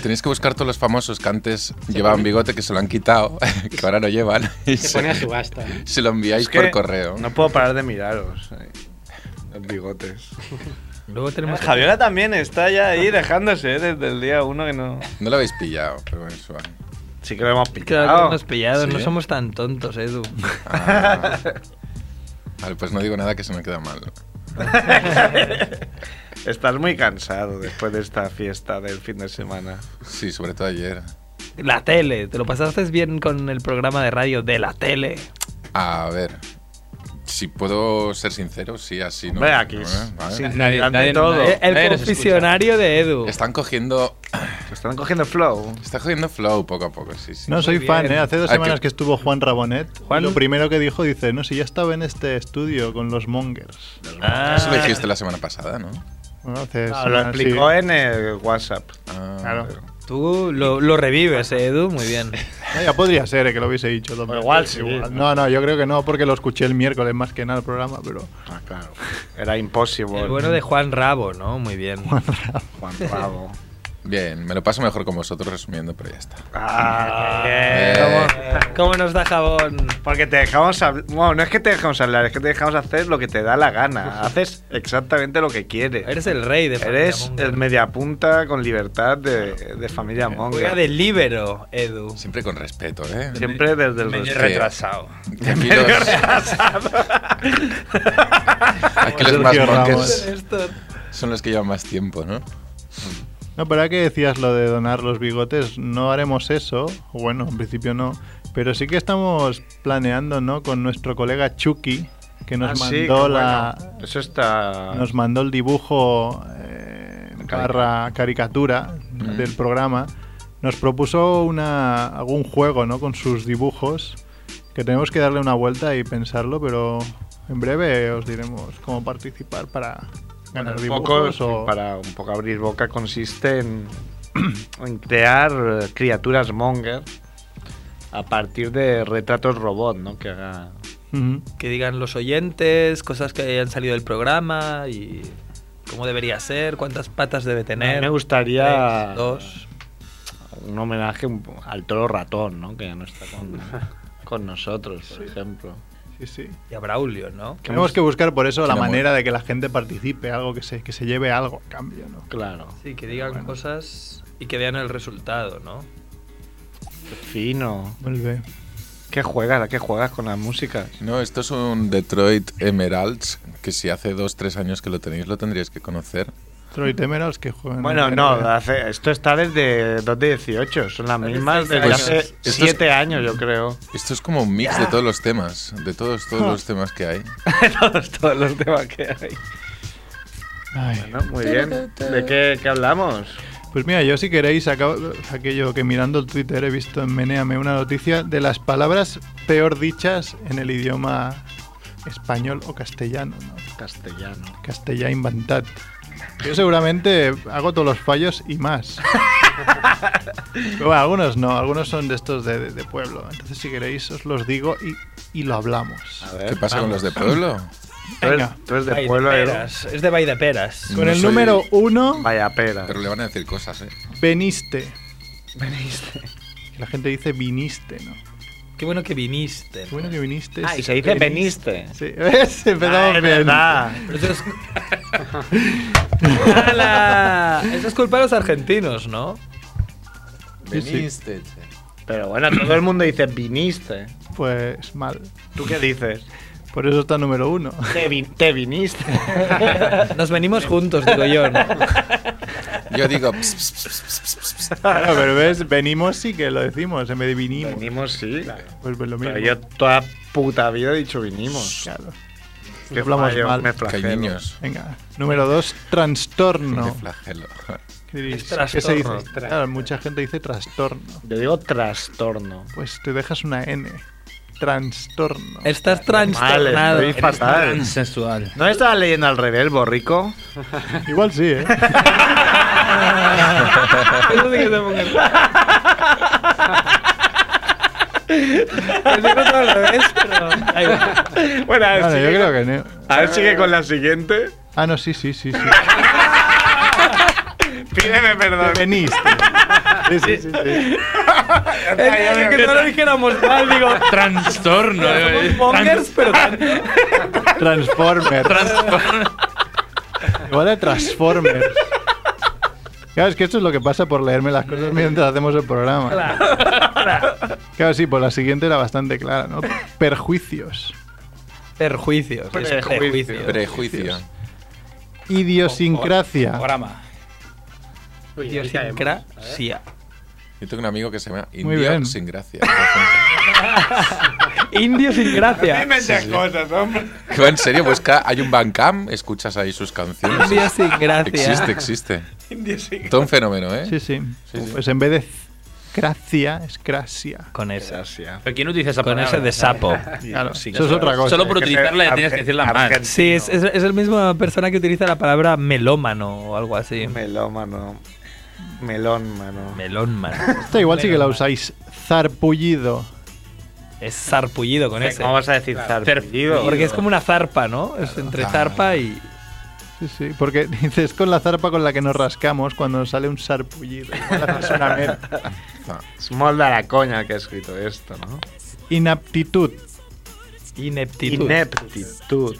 Speaker 3: Tenéis que buscar todos los famosos que antes llevaban bigote, que se lo han quitado, que ahora no llevan. Y
Speaker 13: Se pone a subasta. ¿eh?
Speaker 3: se lo enviáis
Speaker 8: Es que
Speaker 3: por correo.
Speaker 8: No puedo parar de miraros. eh, Los bigotes.
Speaker 7: Luego
Speaker 2: Ah,
Speaker 7: tenemos
Speaker 8: Javiola también está ya ahí dejándose eh, desde el día uno que no.
Speaker 3: No lo habéis pillado, pero bueno, suave.
Speaker 8: Sí que lo hemos
Speaker 7: Claro,
Speaker 8: pillado.
Speaker 7: nos pillados, no
Speaker 3: Sí.
Speaker 7: somos tan tontos, Edu.
Speaker 3: Ah. Vale, pues no digo nada que se me queda mal.
Speaker 8: Estás muy cansado después de esta fiesta del fin de semana.
Speaker 3: Sí, sobre todo ayer.
Speaker 7: La tele, ¿te lo pasaste bien con el programa de radio de la tele?
Speaker 3: A ver, si puedo ser sincero, sí, así no.
Speaker 8: Hombre, aquí
Speaker 3: Bueno,
Speaker 8: es-
Speaker 3: vale.
Speaker 8: sí.
Speaker 4: Nadie,
Speaker 8: Ante
Speaker 4: nadie,
Speaker 8: todo.
Speaker 4: nadie-
Speaker 7: Eh, El
Speaker 4: nadie nos
Speaker 7: confesionario de Edu.
Speaker 3: Están cogiendo,
Speaker 8: Están cogiendo flow.
Speaker 3: está cogiendo flow poco a poco, sí, sí.
Speaker 2: No, soy
Speaker 7: bien.
Speaker 2: fan, ¿eh? Hace dos
Speaker 3: Ah,
Speaker 2: semanas
Speaker 3: que-
Speaker 2: que estuvo Juan Rabonet.
Speaker 7: Juan-
Speaker 2: Lo primero que dijo, dice, no, si ya estaba en este estudio con los mongers.
Speaker 3: Eso lo dijiste la semana pasada, ¿no?
Speaker 2: Bueno, hace
Speaker 8: No, lo
Speaker 2: semanas,
Speaker 8: explicó
Speaker 2: sí.
Speaker 8: en el WhatsApp.
Speaker 3: Ah,
Speaker 2: Claro.
Speaker 7: Tú lo, lo revives, eh, Edu, muy bien.
Speaker 2: No, ya podría ser eh, que lo hubiese dicho. dos
Speaker 8: O
Speaker 2: veces,
Speaker 8: igual sí,
Speaker 2: No, no, yo creo que no, porque lo escuché el miércoles más que nada el programa, pero...
Speaker 8: Ah, claro. Era imposible.
Speaker 7: El bueno de Juan Rabo, ¿no? Muy bien.
Speaker 8: Juan Bravo.
Speaker 3: Bien, me lo paso mejor con vosotros resumiendo, pero ya está.
Speaker 8: Ah,
Speaker 3: Eh,
Speaker 7: ¿Cómo, cómo nos da jabón?
Speaker 8: Porque te dejamos hablar. Bueno, no es que te dejamos hablar, es que te dejamos hacer lo que te da la gana. Haces exactamente lo que quieres.
Speaker 7: Eres el rey de Familia
Speaker 8: Eres
Speaker 7: Monger.
Speaker 8: el mediapunta con libertad de, de familia
Speaker 7: Juega
Speaker 8: Monga.
Speaker 7: de líbero, Edu.
Speaker 3: Siempre con respeto, ¿eh?
Speaker 8: Siempre desde el
Speaker 3: Medio
Speaker 8: respeto.
Speaker 3: retrasado. Que aquí los, aquí los más
Speaker 2: Sergio
Speaker 3: monjes
Speaker 7: Néstor.
Speaker 3: son los que llevan más tiempo, ¿no?
Speaker 2: No, pero ahora que decías lo de donar los bigotes, no haremos eso. Bueno, en principio no. Pero sí que estamos planeando, ¿no? Con nuestro colega Chucky, que nos
Speaker 8: Ah, sí, qué
Speaker 2: mandó la...
Speaker 8: bueno. Eso está.
Speaker 2: nos mandó el dibujo eh,
Speaker 8: Ah. Carica-
Speaker 2: barra caricatura
Speaker 3: Mm.
Speaker 2: del programa. Nos propuso una, algún juego, ¿no? Con sus dibujos que tenemos que darle una vuelta y pensarlo, pero en breve os diremos cómo participar para ganar
Speaker 8: un poco,
Speaker 2: dibujos o
Speaker 8: para un poco abrir boca consiste en, en crear eh, criaturas monger a partir de retratos robot, ¿no? Que haga
Speaker 2: Ujú.
Speaker 7: Que digan los oyentes, cosas que hayan salido del programa y cómo debería ser, cuántas patas debe
Speaker 8: A
Speaker 7: tener.
Speaker 8: mí me gustaría-
Speaker 7: Tres, dos.
Speaker 8: un homenaje un po- al toro ratón, ¿no? Que ya no está con, con nosotros, por ejemplo.
Speaker 2: Sí, sí.
Speaker 7: Y a Braulio, ¿no?
Speaker 2: Tenemos que buscar por eso la
Speaker 3: Tiene mu-
Speaker 2: manera de que la gente participe, algo que se, que se lleve algo a cambio, ¿no?
Speaker 8: Claro.
Speaker 7: Sí, que digan cosas y que vean el resultado, ¿no?
Speaker 8: Fino.
Speaker 2: Vuelve.
Speaker 8: ¿Qué juegas? ¿A qué juegas con las músicas?
Speaker 3: No, esto es un Detroit Emeralds, que si hace dos, tres años que lo tenéis, lo tendríais que conocer.
Speaker 2: Troy Temerals que juegan.
Speaker 8: Bueno, no, hace- esto está desde 2018, son las mismas
Speaker 7: seis
Speaker 8: desde
Speaker 3: años.
Speaker 8: hace
Speaker 3: Esto es-
Speaker 8: 7 años, yo creo.
Speaker 3: Esto es como un mix de todos los temas, de todos, todos los temas que hay.
Speaker 8: todos, todos los temas que hay.
Speaker 2: Ay.
Speaker 8: Bueno, muy bien. ¿De qué, qué hablamos?
Speaker 2: Pues mira, yo si queréis, acabo- aquello que mirando el Twitter he visto en Meneame una noticia de las palabras peor dichas en el idioma español o castellano. ¿no?
Speaker 8: Castellano.
Speaker 2: Castellá inventat. Yo seguramente hago todos los fallos y más. Pero bueno, algunos no, algunos son de estos de, de- de pueblo. Entonces si queréis os los digo y, y lo hablamos.
Speaker 11: ¿Qué pasa con los de pueblo?
Speaker 2: Venga.
Speaker 7: Vai peras. Es de Vaideperas.
Speaker 2: Con el número uno,
Speaker 8: Vaya pera.
Speaker 11: Pero le van a decir cosas, ¿eh?
Speaker 2: veniste. Veniste. La gente dice viniste, ¿no?
Speaker 7: Qué bueno que viniste. Qué
Speaker 2: bueno que viniste.
Speaker 7: Ah, y
Speaker 2: es
Speaker 7: se dice veniste.
Speaker 2: Sí, ¿ves? Empezamos
Speaker 7: Ah, es
Speaker 2: bien.
Speaker 7: verdad. Pero eso es- ¡Hala! Eso es culpa de los argentinos, ¿no?
Speaker 2: Sí, sí.
Speaker 8: Viniste, Pero bueno, todo el mundo dice viniste.
Speaker 2: Pues mal.
Speaker 8: ¿Tú qué dices?
Speaker 2: Por eso está número uno.
Speaker 8: Te, vin- te viniste.
Speaker 7: Nos venimos juntos, digo yo, ¿no?
Speaker 11: Yo digo.
Speaker 2: Claro, pero ves, venimos sí que lo decimos, en vez de vinimos.
Speaker 8: Venimos sí.
Speaker 2: Pues, pues lo mismo.
Speaker 8: Pero yo toda puta vida he dicho vinimos.
Speaker 2: Claro.
Speaker 8: Me
Speaker 2: Que hablamos
Speaker 8: fallo,
Speaker 2: mal.
Speaker 8: me flagelo.
Speaker 11: Que hay niños.
Speaker 2: Venga. Número dos, trastorno.
Speaker 11: Qué flagelo.
Speaker 2: ¿Qué, diréis?
Speaker 8: Es
Speaker 2: ¿Qué se dice?
Speaker 8: trastorno.
Speaker 2: Claro, mucha gente dice trastorno.
Speaker 8: Yo digo trastorno.
Speaker 2: Pues te dejas una N. Trastorno.
Speaker 7: Estás
Speaker 8: Vale,
Speaker 7: trastornado.
Speaker 8: estoy fatal.
Speaker 4: Sensual.
Speaker 8: ¿No estaba leyendo al revés, borrico?
Speaker 2: Igual sí, ¿eh?
Speaker 7: Eso sí que te pongas- Eso no es al revés, pero- Ay, bueno.
Speaker 8: Bueno, a ver,
Speaker 2: Vale, yo
Speaker 8: sigue,
Speaker 2: creo que no.
Speaker 8: a ver, sigue con la siguiente.
Speaker 2: Ah, no, sí, sí, sí, sí.
Speaker 8: Pídeme perdón.
Speaker 2: Veniste. Sí, sí, sí, sí.
Speaker 7: Es que no lo dijéramos mal, digo.
Speaker 4: Trastorno.
Speaker 7: Somos mongers, pero tan-
Speaker 2: Transformers. Igual de Transformers. Claro, es que esto es lo que pasa por leerme las cosas mientras hacemos el programa. Claro, sí, pues la siguiente era bastante clara, ¿no? Perjuicios.
Speaker 7: Perjuicios. es
Speaker 8: Prejuicio.
Speaker 7: prejuicio.
Speaker 11: Prejuicio.
Speaker 2: Idiosincrasia.
Speaker 4: Programa.
Speaker 7: Idiosincrasia.
Speaker 11: Yo tengo un amigo que se llama
Speaker 2: Muy
Speaker 11: Indio
Speaker 2: bien.
Speaker 11: sin gracia.
Speaker 7: Indio sin gracia.
Speaker 8: cosas, hombre.
Speaker 11: Que va en serio, busca, hay un Bandcamp, escuchas ahí sus canciones.
Speaker 7: Indio sin gracia.
Speaker 11: Existe, existe. Todo un fenómeno, ¿eh?
Speaker 2: Sí, sí.
Speaker 11: Sí, sí.
Speaker 2: Pues en vez de cracia, es cracia.
Speaker 7: Con esa.
Speaker 4: ¿Pero quién utiliza esa
Speaker 7: Con
Speaker 4: palabra?
Speaker 7: ese de sapo.
Speaker 2: Claro, eso es otra cosa.
Speaker 4: Solo por utilizarla ya tienes que decirla mal.
Speaker 7: Sí, es, es, es la misma persona que utiliza la palabra melómano o algo así.
Speaker 8: Melómano. Melónmano.
Speaker 7: Melónmano.
Speaker 2: Esta igual sí que la usáis. Zarpullido.
Speaker 7: Es zarpullido con ese.
Speaker 8: ¿Cómo vas a decir zarpullido? Ah.
Speaker 7: Porque es como una zarpa, ¿no? Es entre zarpa y.
Speaker 2: Sí, sí, porque dices con la zarpa con la que nos rascamos cuando nos sale un sarpullido. Igual haces una mezcla.
Speaker 8: Es molda la coña que ha escrito esto, ¿no?
Speaker 2: Inaptitud.
Speaker 7: Ineptitud.
Speaker 8: Ineptitud.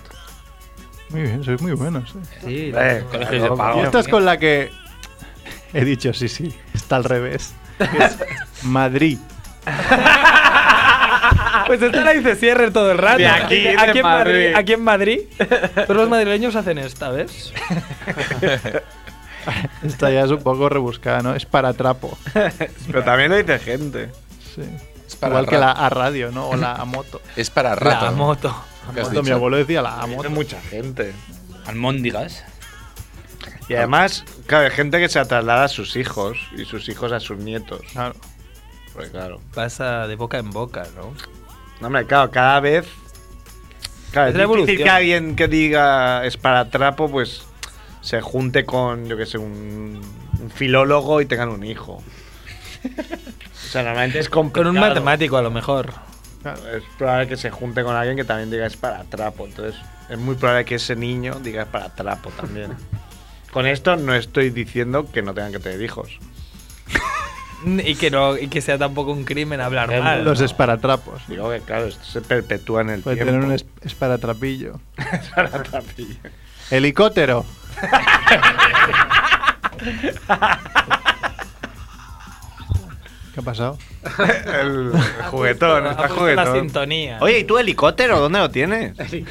Speaker 2: Muy bien, sois muy buenos. ¿eh?
Speaker 7: Sí,
Speaker 8: Eh,
Speaker 4: Colegios de
Speaker 8: claro,
Speaker 4: pago.
Speaker 2: Y
Speaker 4: Ahora,
Speaker 2: esta es
Speaker 4: mira.
Speaker 2: con la que he dicho, sí, sí, está al revés. Es Madrid.
Speaker 7: Pues esta la dice cierre todo el rato.
Speaker 8: De aquí, de
Speaker 7: aquí en Madrid.
Speaker 8: Madrid.
Speaker 7: Aquí en Madrid. Todos los madrileños hacen esta, ¿ves?
Speaker 2: Esta ya es un poco rebuscada, ¿no? Es para trapo.
Speaker 8: Pero también lo dice gente.
Speaker 2: Sí.
Speaker 11: Es para
Speaker 2: Igual que la
Speaker 11: rato.
Speaker 2: a radio, ¿no? O la a moto.
Speaker 11: Es para
Speaker 7: La
Speaker 10: Ah.
Speaker 11: rato.
Speaker 7: moto.
Speaker 11: ¿Qué has
Speaker 2: Moto, mi
Speaker 11: dicho?
Speaker 2: abuelo decía la a
Speaker 8: Dice
Speaker 2: moto.
Speaker 8: mucha gente.
Speaker 4: Almóndigas.
Speaker 8: Y además, claro, hay gente que se traslada a sus hijos y sus hijos a sus nietos.
Speaker 2: Claro.
Speaker 8: Pues claro.
Speaker 7: Pasa de boca en boca, ¿no?
Speaker 8: No, hombre, claro, cada vez. Claro,
Speaker 7: Es
Speaker 8: es, difícil
Speaker 7: la evolución.
Speaker 8: que alguien que diga es para trapo, pues se junte con, yo que sé, un, un filólogo y tengan un hijo. O sea, normalmente es
Speaker 7: Con
Speaker 8: complicado.
Speaker 7: un matemático, a lo mejor.
Speaker 8: Claro, es probable que se junte con alguien que también diga es para trapo. Entonces, es muy probable que ese niño diga es para trapo también. con esto no estoy diciendo que no tengan que tener hijos.
Speaker 7: Mm, Y que, no, y que sea tampoco un crimen hablar
Speaker 8: Eh,
Speaker 7: mal.
Speaker 2: Em, Los esparatrapos.
Speaker 8: Digo que, claro, esto se perpetúa en el
Speaker 2: Puede
Speaker 8: tiempo.
Speaker 2: tener un es- esparatrapillo.
Speaker 8: para trapillo.
Speaker 2: Helicóptero. ¿Qué ha pasado?
Speaker 8: El juguetón,
Speaker 7: Ha
Speaker 8: está
Speaker 7: puesto la
Speaker 8: juguetón.
Speaker 7: sintonía.
Speaker 8: Oye, ¿y tú helicóptero? ¿Dónde lo tienes?
Speaker 7: El-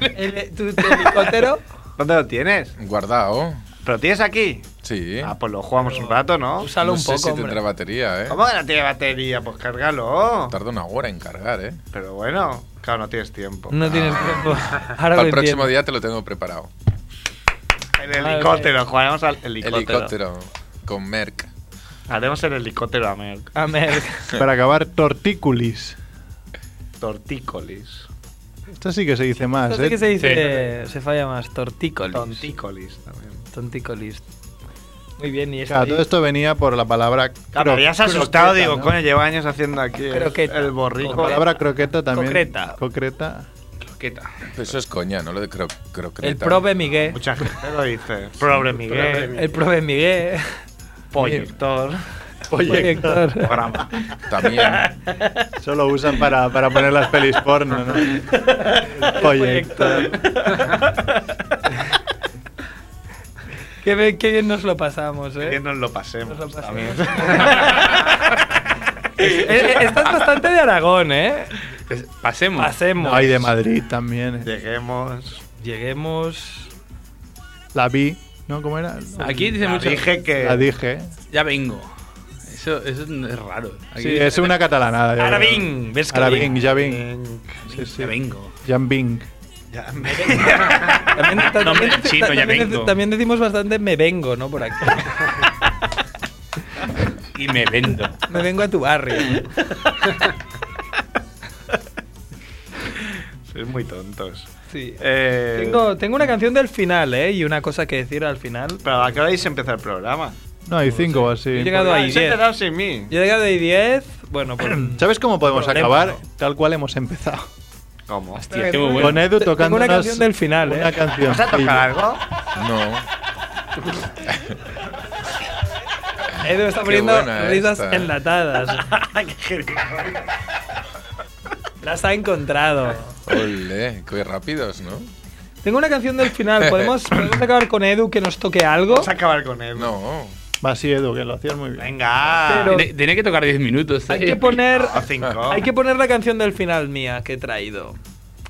Speaker 7: eh, tu, tu helicóptero.
Speaker 8: ¿Dónde lo tienes?
Speaker 11: Guardado.
Speaker 8: ¿Pero tienes aquí?
Speaker 11: Sí.
Speaker 8: Ah, pues lo jugamos un rato, ¿no?
Speaker 7: Úsalo
Speaker 11: no
Speaker 7: un
Speaker 11: sé
Speaker 7: poco,
Speaker 11: si
Speaker 7: hombre.
Speaker 11: tendrá batería, ¿eh?
Speaker 8: ¿Cómo que no tiene batería? Pues cárgalo.
Speaker 11: Tarda una hora en cargar, ¿eh?
Speaker 8: Pero bueno, claro, no tienes tiempo.
Speaker 7: No tienes tiempo. Ahora
Speaker 11: Para
Speaker 7: lo
Speaker 11: el próximo
Speaker 7: entiendo.
Speaker 11: día te lo tengo preparado.
Speaker 8: El helicóptero, jugaremos al helicóptero.
Speaker 11: Helicóptero. con Merck.
Speaker 8: Haremos el helicóptero a Merck.
Speaker 7: A Merck.
Speaker 2: Para acabar, tortícolis.
Speaker 8: Tortícolis.
Speaker 2: Esto sí que se dice más,
Speaker 7: No sé
Speaker 2: ¿eh?
Speaker 7: qué se dice, eh, se falla más. Tortícolis.
Speaker 8: Tontícolis también.
Speaker 7: Tontícolis. Muy bien, y este esto.
Speaker 2: Claro, todo esto venía por la palabra.
Speaker 8: Claro,
Speaker 2: cro-
Speaker 8: habías asustado,
Speaker 2: croqueta,
Speaker 8: digo,
Speaker 2: ¿no?
Speaker 8: coño, llevo años haciendo aquí el,
Speaker 7: Croqueta.
Speaker 8: el borrico.
Speaker 2: La palabra croqueta también.
Speaker 8: Concreta.
Speaker 2: Concreta.
Speaker 11: Pero eso es coña, ¿no? Lo de cro crocreta.
Speaker 7: El prove Miguel.
Speaker 8: Mucha gente lo dice. Probre Miguel.
Speaker 7: El prove Miguel.
Speaker 8: Proyector.
Speaker 7: Proyector.
Speaker 8: Programa.
Speaker 11: También.
Speaker 2: Solo usan para, para poner las pelis porno, ¿no? Proyector.
Speaker 7: Qué bien, qué bien nos lo pasamos,
Speaker 8: Que
Speaker 7: ¿eh?
Speaker 8: nos lo pasemos.
Speaker 7: Nos lo
Speaker 8: también.
Speaker 7: pasamos. Eh, eh, Estás bastante de Aragón, ¿eh?
Speaker 4: Pasemos.
Speaker 7: Pasemos.
Speaker 2: No, hay de Madrid también. eh.
Speaker 8: Lleguemos.
Speaker 7: Lleguemos.
Speaker 2: La vi, ¿no? ¿Cómo era?
Speaker 4: Aquí dice
Speaker 8: Ah,
Speaker 4: mucho.
Speaker 8: Dije que.
Speaker 7: Eh,
Speaker 2: La dije.
Speaker 4: Ya vengo. Eso, eso es raro. Aquí
Speaker 2: Sí, es una catalanada. yo creo.
Speaker 7: Ara vinc, ves que
Speaker 2: Ara
Speaker 7: vinc.
Speaker 2: vinc, ja vinc. Sí, sí.
Speaker 4: Ya vengo.
Speaker 2: Jan Bing.
Speaker 7: También,
Speaker 4: No, hombre,
Speaker 7: también-
Speaker 4: chino, ya
Speaker 7: también-
Speaker 4: vengo.
Speaker 7: también decimos bastante me vengo, ¿no? Por aquí.
Speaker 4: Y me vendo.
Speaker 7: Me vengo a tu barrio.
Speaker 8: Sois muy tontos.
Speaker 7: Sí.
Speaker 8: Eh,
Speaker 7: Tengo, tengo una canción del final, ¿eh? Y una cosa que decir al final.
Speaker 8: Pero acabáis de empezar el programa.
Speaker 2: No, hay cinco o así.
Speaker 7: He llegado
Speaker 8: Ah,
Speaker 7: ahí
Speaker 8: se ha
Speaker 7: 10.
Speaker 8: quedado sin mí.
Speaker 7: Yo he llegado ahí 10. Bueno, pues.
Speaker 2: ¿Sabes cómo podemos
Speaker 7: Problema,
Speaker 2: acabar?
Speaker 7: ¿no?
Speaker 2: Tal cual hemos empezado.
Speaker 8: ¿Cómo? ¿Vas
Speaker 4: Hostia, qué muy bueno.
Speaker 2: Con Edu
Speaker 7: Tengo
Speaker 2: tocando
Speaker 7: una canción del final,
Speaker 2: Una
Speaker 7: ¿eh?
Speaker 2: canción.
Speaker 8: a tocar algo?
Speaker 11: No.
Speaker 7: Edu está
Speaker 11: Qué
Speaker 7: poniendo
Speaker 11: buena
Speaker 7: risas
Speaker 11: esta.
Speaker 7: enlatadas. Las ha encontrado.
Speaker 11: Ole, qué rápidos, ¿no?
Speaker 7: Tengo una canción del final. ¿Podemos, podemos acabar con Edu que nos toque algo?
Speaker 8: Vamos a acabar con él.
Speaker 11: No.
Speaker 2: Va así, Edu, que lo hacías muy bien.
Speaker 8: Venga.
Speaker 7: Pero-
Speaker 4: Tiene- Tenía que tocar 10 minutos.
Speaker 7: Hay
Speaker 4: eh.
Speaker 7: que poner.
Speaker 8: A cinco.
Speaker 7: Hay que poner la canción del final mía que he traído.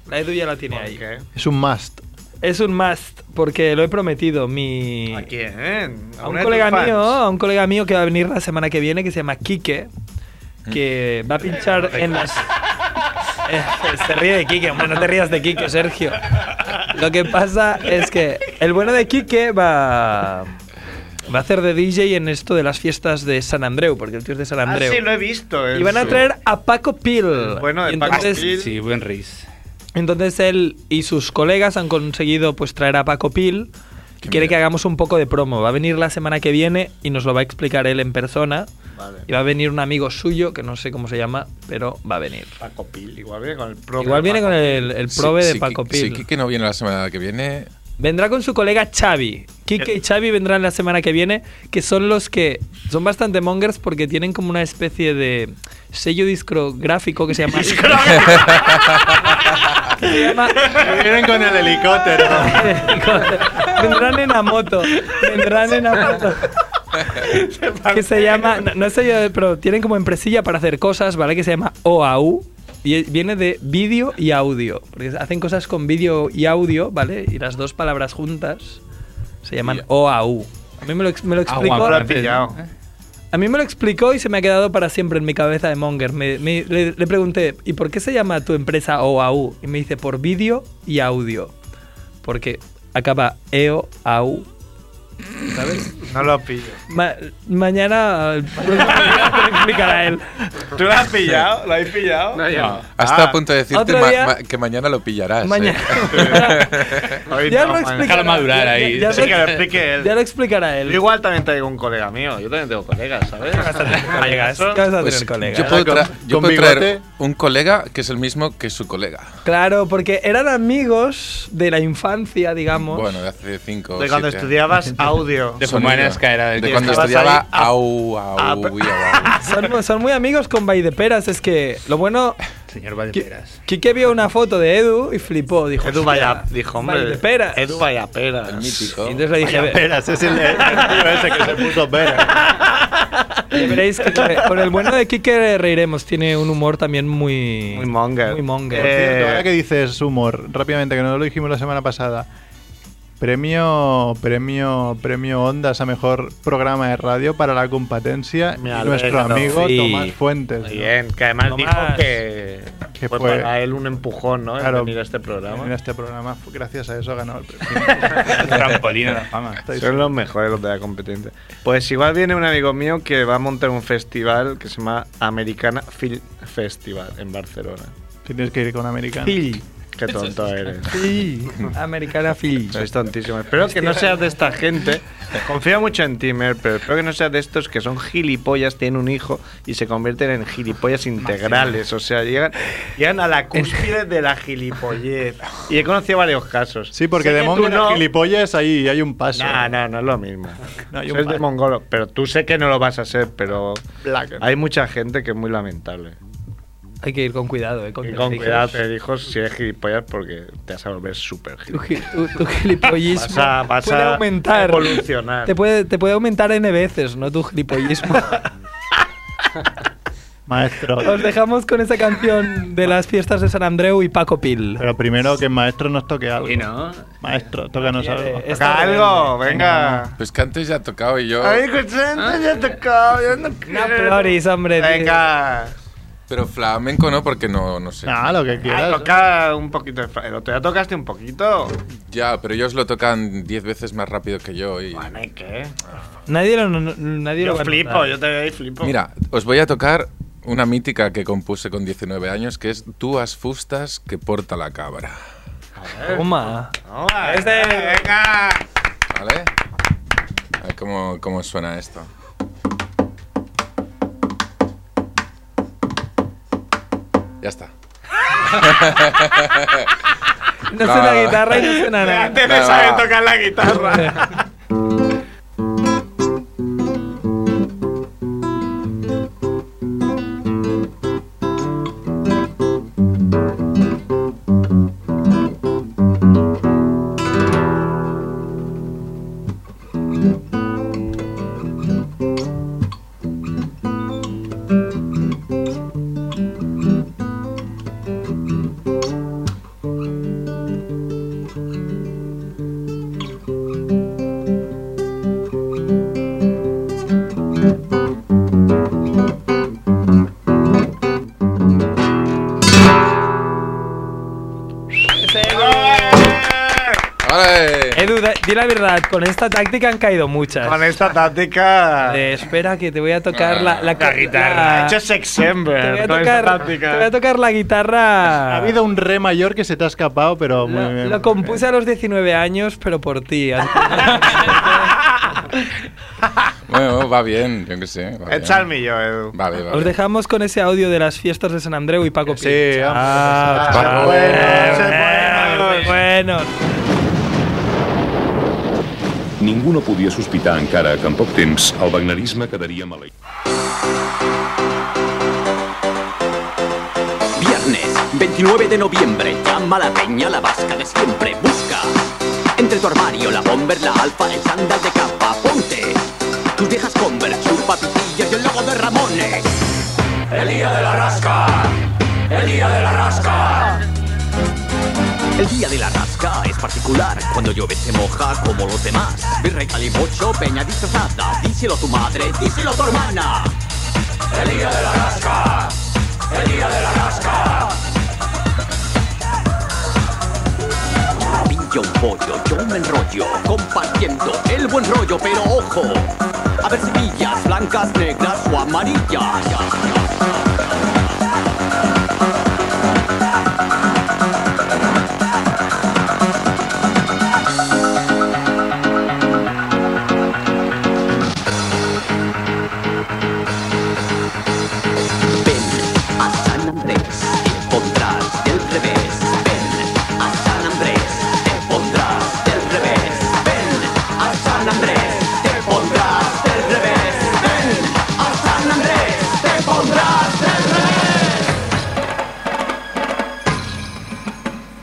Speaker 7: La Edu ya la tiene ahí.
Speaker 8: ¿Qué?
Speaker 2: Es un must.
Speaker 7: Es un must, porque lo he prometido. Mi.
Speaker 8: ¿A quién?
Speaker 7: a un
Speaker 8: una de
Speaker 7: colega
Speaker 8: tus fans? Ah,
Speaker 7: mío, a un colega mío que va a venir la semana que viene, que se llama Quique, que
Speaker 8: Mm.
Speaker 7: va a pinchar en las. Eh, Se ríe de Quique, hombre, no te rías de Quique, Sergio. Lo que pasa es que el bueno de Quique va, va a hacer de DJ en esto de las fiestas de San Andreu, porque el tío es de San
Speaker 8: Ah,
Speaker 7: Andreu.
Speaker 8: sí, lo he visto.
Speaker 7: y van a
Speaker 8: Sí.
Speaker 7: traer a Paco Pil.
Speaker 8: Bueno, de
Speaker 7: Y
Speaker 8: Paco
Speaker 7: entonces-
Speaker 8: Pil.
Speaker 4: Sí, buen Riz.
Speaker 7: entonces él y sus colegas han conseguido pues traer a Paco Pil.
Speaker 11: Qué
Speaker 7: que quiere
Speaker 11: bien.
Speaker 7: que hagamos un poco de promo. Va a venir la semana que viene y nos lo va a explicar él en persona.
Speaker 8: Vale.
Speaker 7: Y va a venir un amigo suyo, que no sé cómo se llama, pero va a venir.
Speaker 8: Paco Pil, igual viene con el pro.
Speaker 7: Igual viene con el, el prove
Speaker 11: Si-
Speaker 7: de
Speaker 11: si
Speaker 7: Paco
Speaker 11: Ki- Si
Speaker 7: Pil.
Speaker 11: Kike no viene la semana que viene,
Speaker 7: Vendrá con su colega Xavi. Kike y Xavi vendrán la semana que viene, que son los que son bastante mongers porque tienen como una especie de sello discográfico que se llama... que se llama
Speaker 2: Vienen con el helicóptero.
Speaker 7: eh, vendrán en la moto. Vendrán en la moto. que se llama, no, no sé yo, pero tienen como empresilla para hacer cosas, ¿vale? Que se llama OAU. Y es- viene de vídeo y audio. Porque hacen cosas con vídeo y audio, ¿vale? Y las dos palabras juntas se llaman OAU. A mí me lo, ex- me lo explicó.
Speaker 4: Agua,
Speaker 8: Lo he
Speaker 4: francés,
Speaker 8: pillado.
Speaker 4: ¿eh?
Speaker 7: A mí me lo explicó y se me ha quedado para siempre en mi cabeza de Monger. Me- me- le, le pregunté, ¿y por qué se llama tu empresa OAU? Y me dice, por vídeo y audio. Porque acaba E EO, AU.
Speaker 8: No lo pillo.
Speaker 7: Ma- mañana el próximo día te lo explicará él.
Speaker 8: ¿Tú lo has pillado? ¿Lo habéis pillado?
Speaker 5: No, yo no.
Speaker 11: hasta
Speaker 8: Ah.
Speaker 11: a punto de decirte
Speaker 7: Otro
Speaker 11: ma-
Speaker 7: día-
Speaker 11: ma- que mañana lo pillarás. ¿eh?
Speaker 7: Mañana.
Speaker 8: Hoy
Speaker 7: ya
Speaker 8: no,
Speaker 7: lo
Speaker 8: man.
Speaker 7: explicará.
Speaker 4: Déjalo madurar
Speaker 7: Ya-
Speaker 4: ahí.
Speaker 7: Ya, ya
Speaker 8: Sí, que lo
Speaker 7: lo,
Speaker 8: explique él.
Speaker 7: ya lo explicará
Speaker 8: Yo
Speaker 7: él.
Speaker 8: igual también traigo un colega mío. Yo también tengo colegas, ¿sabes?
Speaker 7: Colegas, ¿qué vas a
Speaker 11: Pues
Speaker 7: hacer, colega?
Speaker 11: yo puedo,
Speaker 2: Con-
Speaker 11: tra- yo
Speaker 2: con
Speaker 11: puedo traer
Speaker 2: bigote.
Speaker 11: un colega que es el mismo que su colega.
Speaker 7: Claro, porque eran amigos de la infancia, digamos.
Speaker 11: Bueno, de hace cinco.
Speaker 8: De cuando
Speaker 11: siete
Speaker 8: estudiabas audio.
Speaker 4: De
Speaker 11: años.
Speaker 4: Humanas caerá
Speaker 11: De
Speaker 4: del
Speaker 11: cuando
Speaker 8: estabas
Speaker 11: estudiaba
Speaker 8: ahí, ah,
Speaker 11: au, au,
Speaker 8: ah,
Speaker 11: y au,
Speaker 7: Son, son muy amigos con Vaideperas. Es que lo bueno
Speaker 4: Señor Valdeperas.
Speaker 7: Quique vio una foto de Edu y flipó. Dijo,
Speaker 8: Edu
Speaker 7: "Hostia,
Speaker 8: vaya, dijo, hombre.
Speaker 7: Valdeperas".
Speaker 8: Edu vaya
Speaker 11: au. El
Speaker 8: peras.
Speaker 11: mítico.
Speaker 7: Y entonces le dije, "Ve-
Speaker 2: Esperas, es el, el tío ese que se puso pera.
Speaker 7: veréis que con el bueno de Quique reiremos. Tiene un humor también muy...
Speaker 8: Muy monger.
Speaker 7: Muy monger.
Speaker 8: Eh,
Speaker 2: Ahora que dices humor, rápidamente, que no lo dijimos la semana pasada. Premio, premio, premio Ondas a mejor programa de radio para la competencia.
Speaker 8: Me
Speaker 2: y
Speaker 8: alegro.
Speaker 2: nuestro amigo
Speaker 8: Sí.
Speaker 2: Tomás Fuentes. ¿no?
Speaker 8: Bien, que además dijo
Speaker 2: Tomás,
Speaker 8: que,
Speaker 2: que
Speaker 8: fue,
Speaker 2: fue-
Speaker 8: para él un empujón, ¿no?
Speaker 2: Claro,
Speaker 8: en venir a este programa.
Speaker 2: venir a este programa, gracias a eso ha ganado el premio.
Speaker 8: Trampolino
Speaker 2: a la fama. Estáis-
Speaker 8: Son los mejores los de la competencia. Pues igual viene un amigo mío que va a montar un festival que se llama Americana Film Festival en Barcelona.
Speaker 2: Tienes que ir con americano.
Speaker 8: Phil. Qué tonto eres.
Speaker 7: Sí, americana Phil.
Speaker 8: Sois tontísimos. Espero que no seas de esta gente. Confío mucho en ti, Mer, pero espero que no seas de estos que son gilipollas, tienen un hijo y se convierten en gilipollas integrales. O sea, llegan, llegan a la cúspide de la gilipollez. Y he conocido varios casos.
Speaker 2: Sí, porque de
Speaker 8: momento
Speaker 2: mongo a gilipollas ahí hay un paso.
Speaker 8: No, no, no es lo mismo.
Speaker 2: No, hay un
Speaker 8: Sois de
Speaker 2: paso.
Speaker 8: mongolo, pero tú sé que no lo vas a ser, pero
Speaker 2: Black.
Speaker 8: hay mucha gente que es muy lamentable.
Speaker 7: Hay que ir con cuidado, eh. Con,
Speaker 8: Y
Speaker 7: los
Speaker 8: con
Speaker 7: hijos.
Speaker 8: cuidado, te dijo si eres gilipollas porque te vas a volver súper
Speaker 7: Tu,
Speaker 8: gilipollas.
Speaker 7: gi- tu- tu gilipollismo
Speaker 8: Vas a- vas
Speaker 7: puede
Speaker 8: a
Speaker 7: aumentar.
Speaker 8: evolucionar.
Speaker 7: Te puede, te puede aumentar N veces, ¿no? Tu gilipollismo.
Speaker 2: Maestro.
Speaker 7: Os dejamos con esa canción de las fiestas de San Andreu y Paco Pil.
Speaker 2: Pero primero que el maestro nos toque algo.
Speaker 4: Y no.
Speaker 2: Maestro, tócanos algo.
Speaker 7: Esta
Speaker 8: algo, venga.
Speaker 11: Pues que antes ya ha tocado y yo.
Speaker 8: Ay, que se- ya te acabo, ya no quiero.
Speaker 7: Floris, hombre. tío.
Speaker 8: Venga.
Speaker 11: Pero flamenco no, porque no, no sé.
Speaker 2: Ah, lo que
Speaker 8: Ah,
Speaker 2: quieras.
Speaker 8: toca un poquito. de fra- El otro día tocaste un poquito.
Speaker 11: Ya, pero ellos lo tocan 10 veces más rápido que yo. Y...
Speaker 8: Bueno, ¿y qué?
Speaker 7: Nadie lo, no- nadie lo
Speaker 8: Yo
Speaker 7: va a
Speaker 8: flipo,
Speaker 7: notar.
Speaker 8: yo te veo y flipo.
Speaker 11: Mira, os voy a tocar una mítica que compuse con 19 años, que es Túas fustas que porta la cabra.
Speaker 7: Toma.
Speaker 8: Vamos a ver, venga.
Speaker 11: ¿Vale? A ver cómo, cómo suena esto. Ya está.
Speaker 7: No
Speaker 11: No,
Speaker 7: suena
Speaker 11: no, no.
Speaker 7: guitarra y no suena nada.
Speaker 8: Antes no
Speaker 11: Venga,
Speaker 8: sabe
Speaker 11: va.
Speaker 8: tocar la guitarra.
Speaker 11: ¡Vale!
Speaker 7: Edu, da- di la verdad, con esta táctica han caído muchas.
Speaker 8: Con esta táctica.
Speaker 7: De, espera que te voy a tocar la, la,
Speaker 8: La guitarra.
Speaker 7: la-
Speaker 8: He hecho
Speaker 7: te, voy
Speaker 8: Sexember
Speaker 7: a
Speaker 8: con esta
Speaker 7: tocar, te voy a
Speaker 8: táctica.
Speaker 7: tocar la guitarra.
Speaker 2: Ha habido un re mayor que se te ha escapado, pero muy
Speaker 7: Lo,
Speaker 2: bien.
Speaker 7: lo compuse a los 19 años, pero por ti.
Speaker 11: Bueno, va bien, yo qué sé. Va bien.
Speaker 8: Echa el millo, Edu.
Speaker 11: Vale, vale.
Speaker 7: Os dejamos con ese audio de las fiestas de San Andreu y Paco
Speaker 2: Sí,
Speaker 7: Pil.
Speaker 2: vamos.
Speaker 11: Paco.
Speaker 7: Eh, bueno.
Speaker 14: Ningú no podia sospitar encara que en poc temps el wagnerisme quedaria maleït.
Speaker 15: Viernes 29 de noviembre, llama a la peña la vasca de siempre, busca entre tu armario la bomber, la alfa, el sandal de capa, ponte tus viejas converse, tus papitillas y el logo de Ramones. El día de la rasca, el día de la rasca. El día de la rasca es particular, cuando llueve se moja como los demás. Virrey calibocho, peña disfrazada, díselo a tu madre, díselo a tu hermana. El día de la rasca, el día de la rasca. Pincho un pollo, yo me enrollo, compartiendo el buen rollo, pero ojo, a ver si pillas blancas, negras o amarillas. Ven a San Andrés, te pondrás del revés. Ven a San Andrés, te pondrás del revés. Ven a San Andrés, te pondrás del revés. Ven a San Andrés, te pondrás del revés.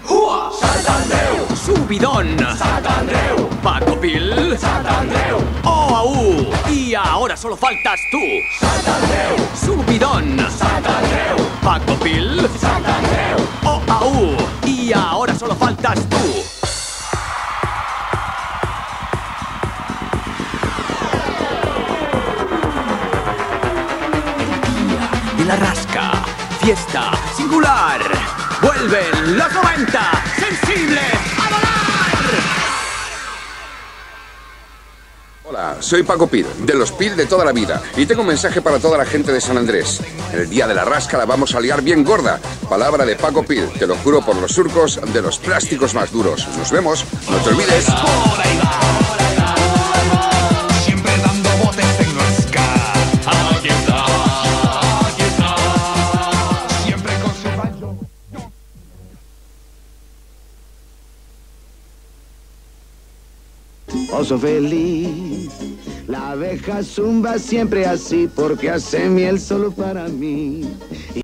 Speaker 15: ¡Hua! Santandreu! Subidón! Santandreu! Paco Pil! Santandreu! OAU! Y ahora solo faltas tú! Santandreu! Subidón! Santandreu! Paco Pil! Santandreu! OAU! Y ahora solo faltas tú! la rasca. Fiesta singular. Vuelven los 90 sensibles a volar.
Speaker 16: Hola, soy Paco Pil, de los Pil de toda la vida, y tengo un mensaje para toda la gente de San Andrés. El día de la rasca la vamos a liar bien gorda. Palabra de Paco Pil, te lo juro por los surcos de los plásticos más duros. Nos vemos, no te olvides.
Speaker 6: Siempre dando botes en los Aquí está, aquí está. Siempre con su baño.
Speaker 17: Oso feliz, la abeja zumba siempre así porque hace miel solo para mí. Y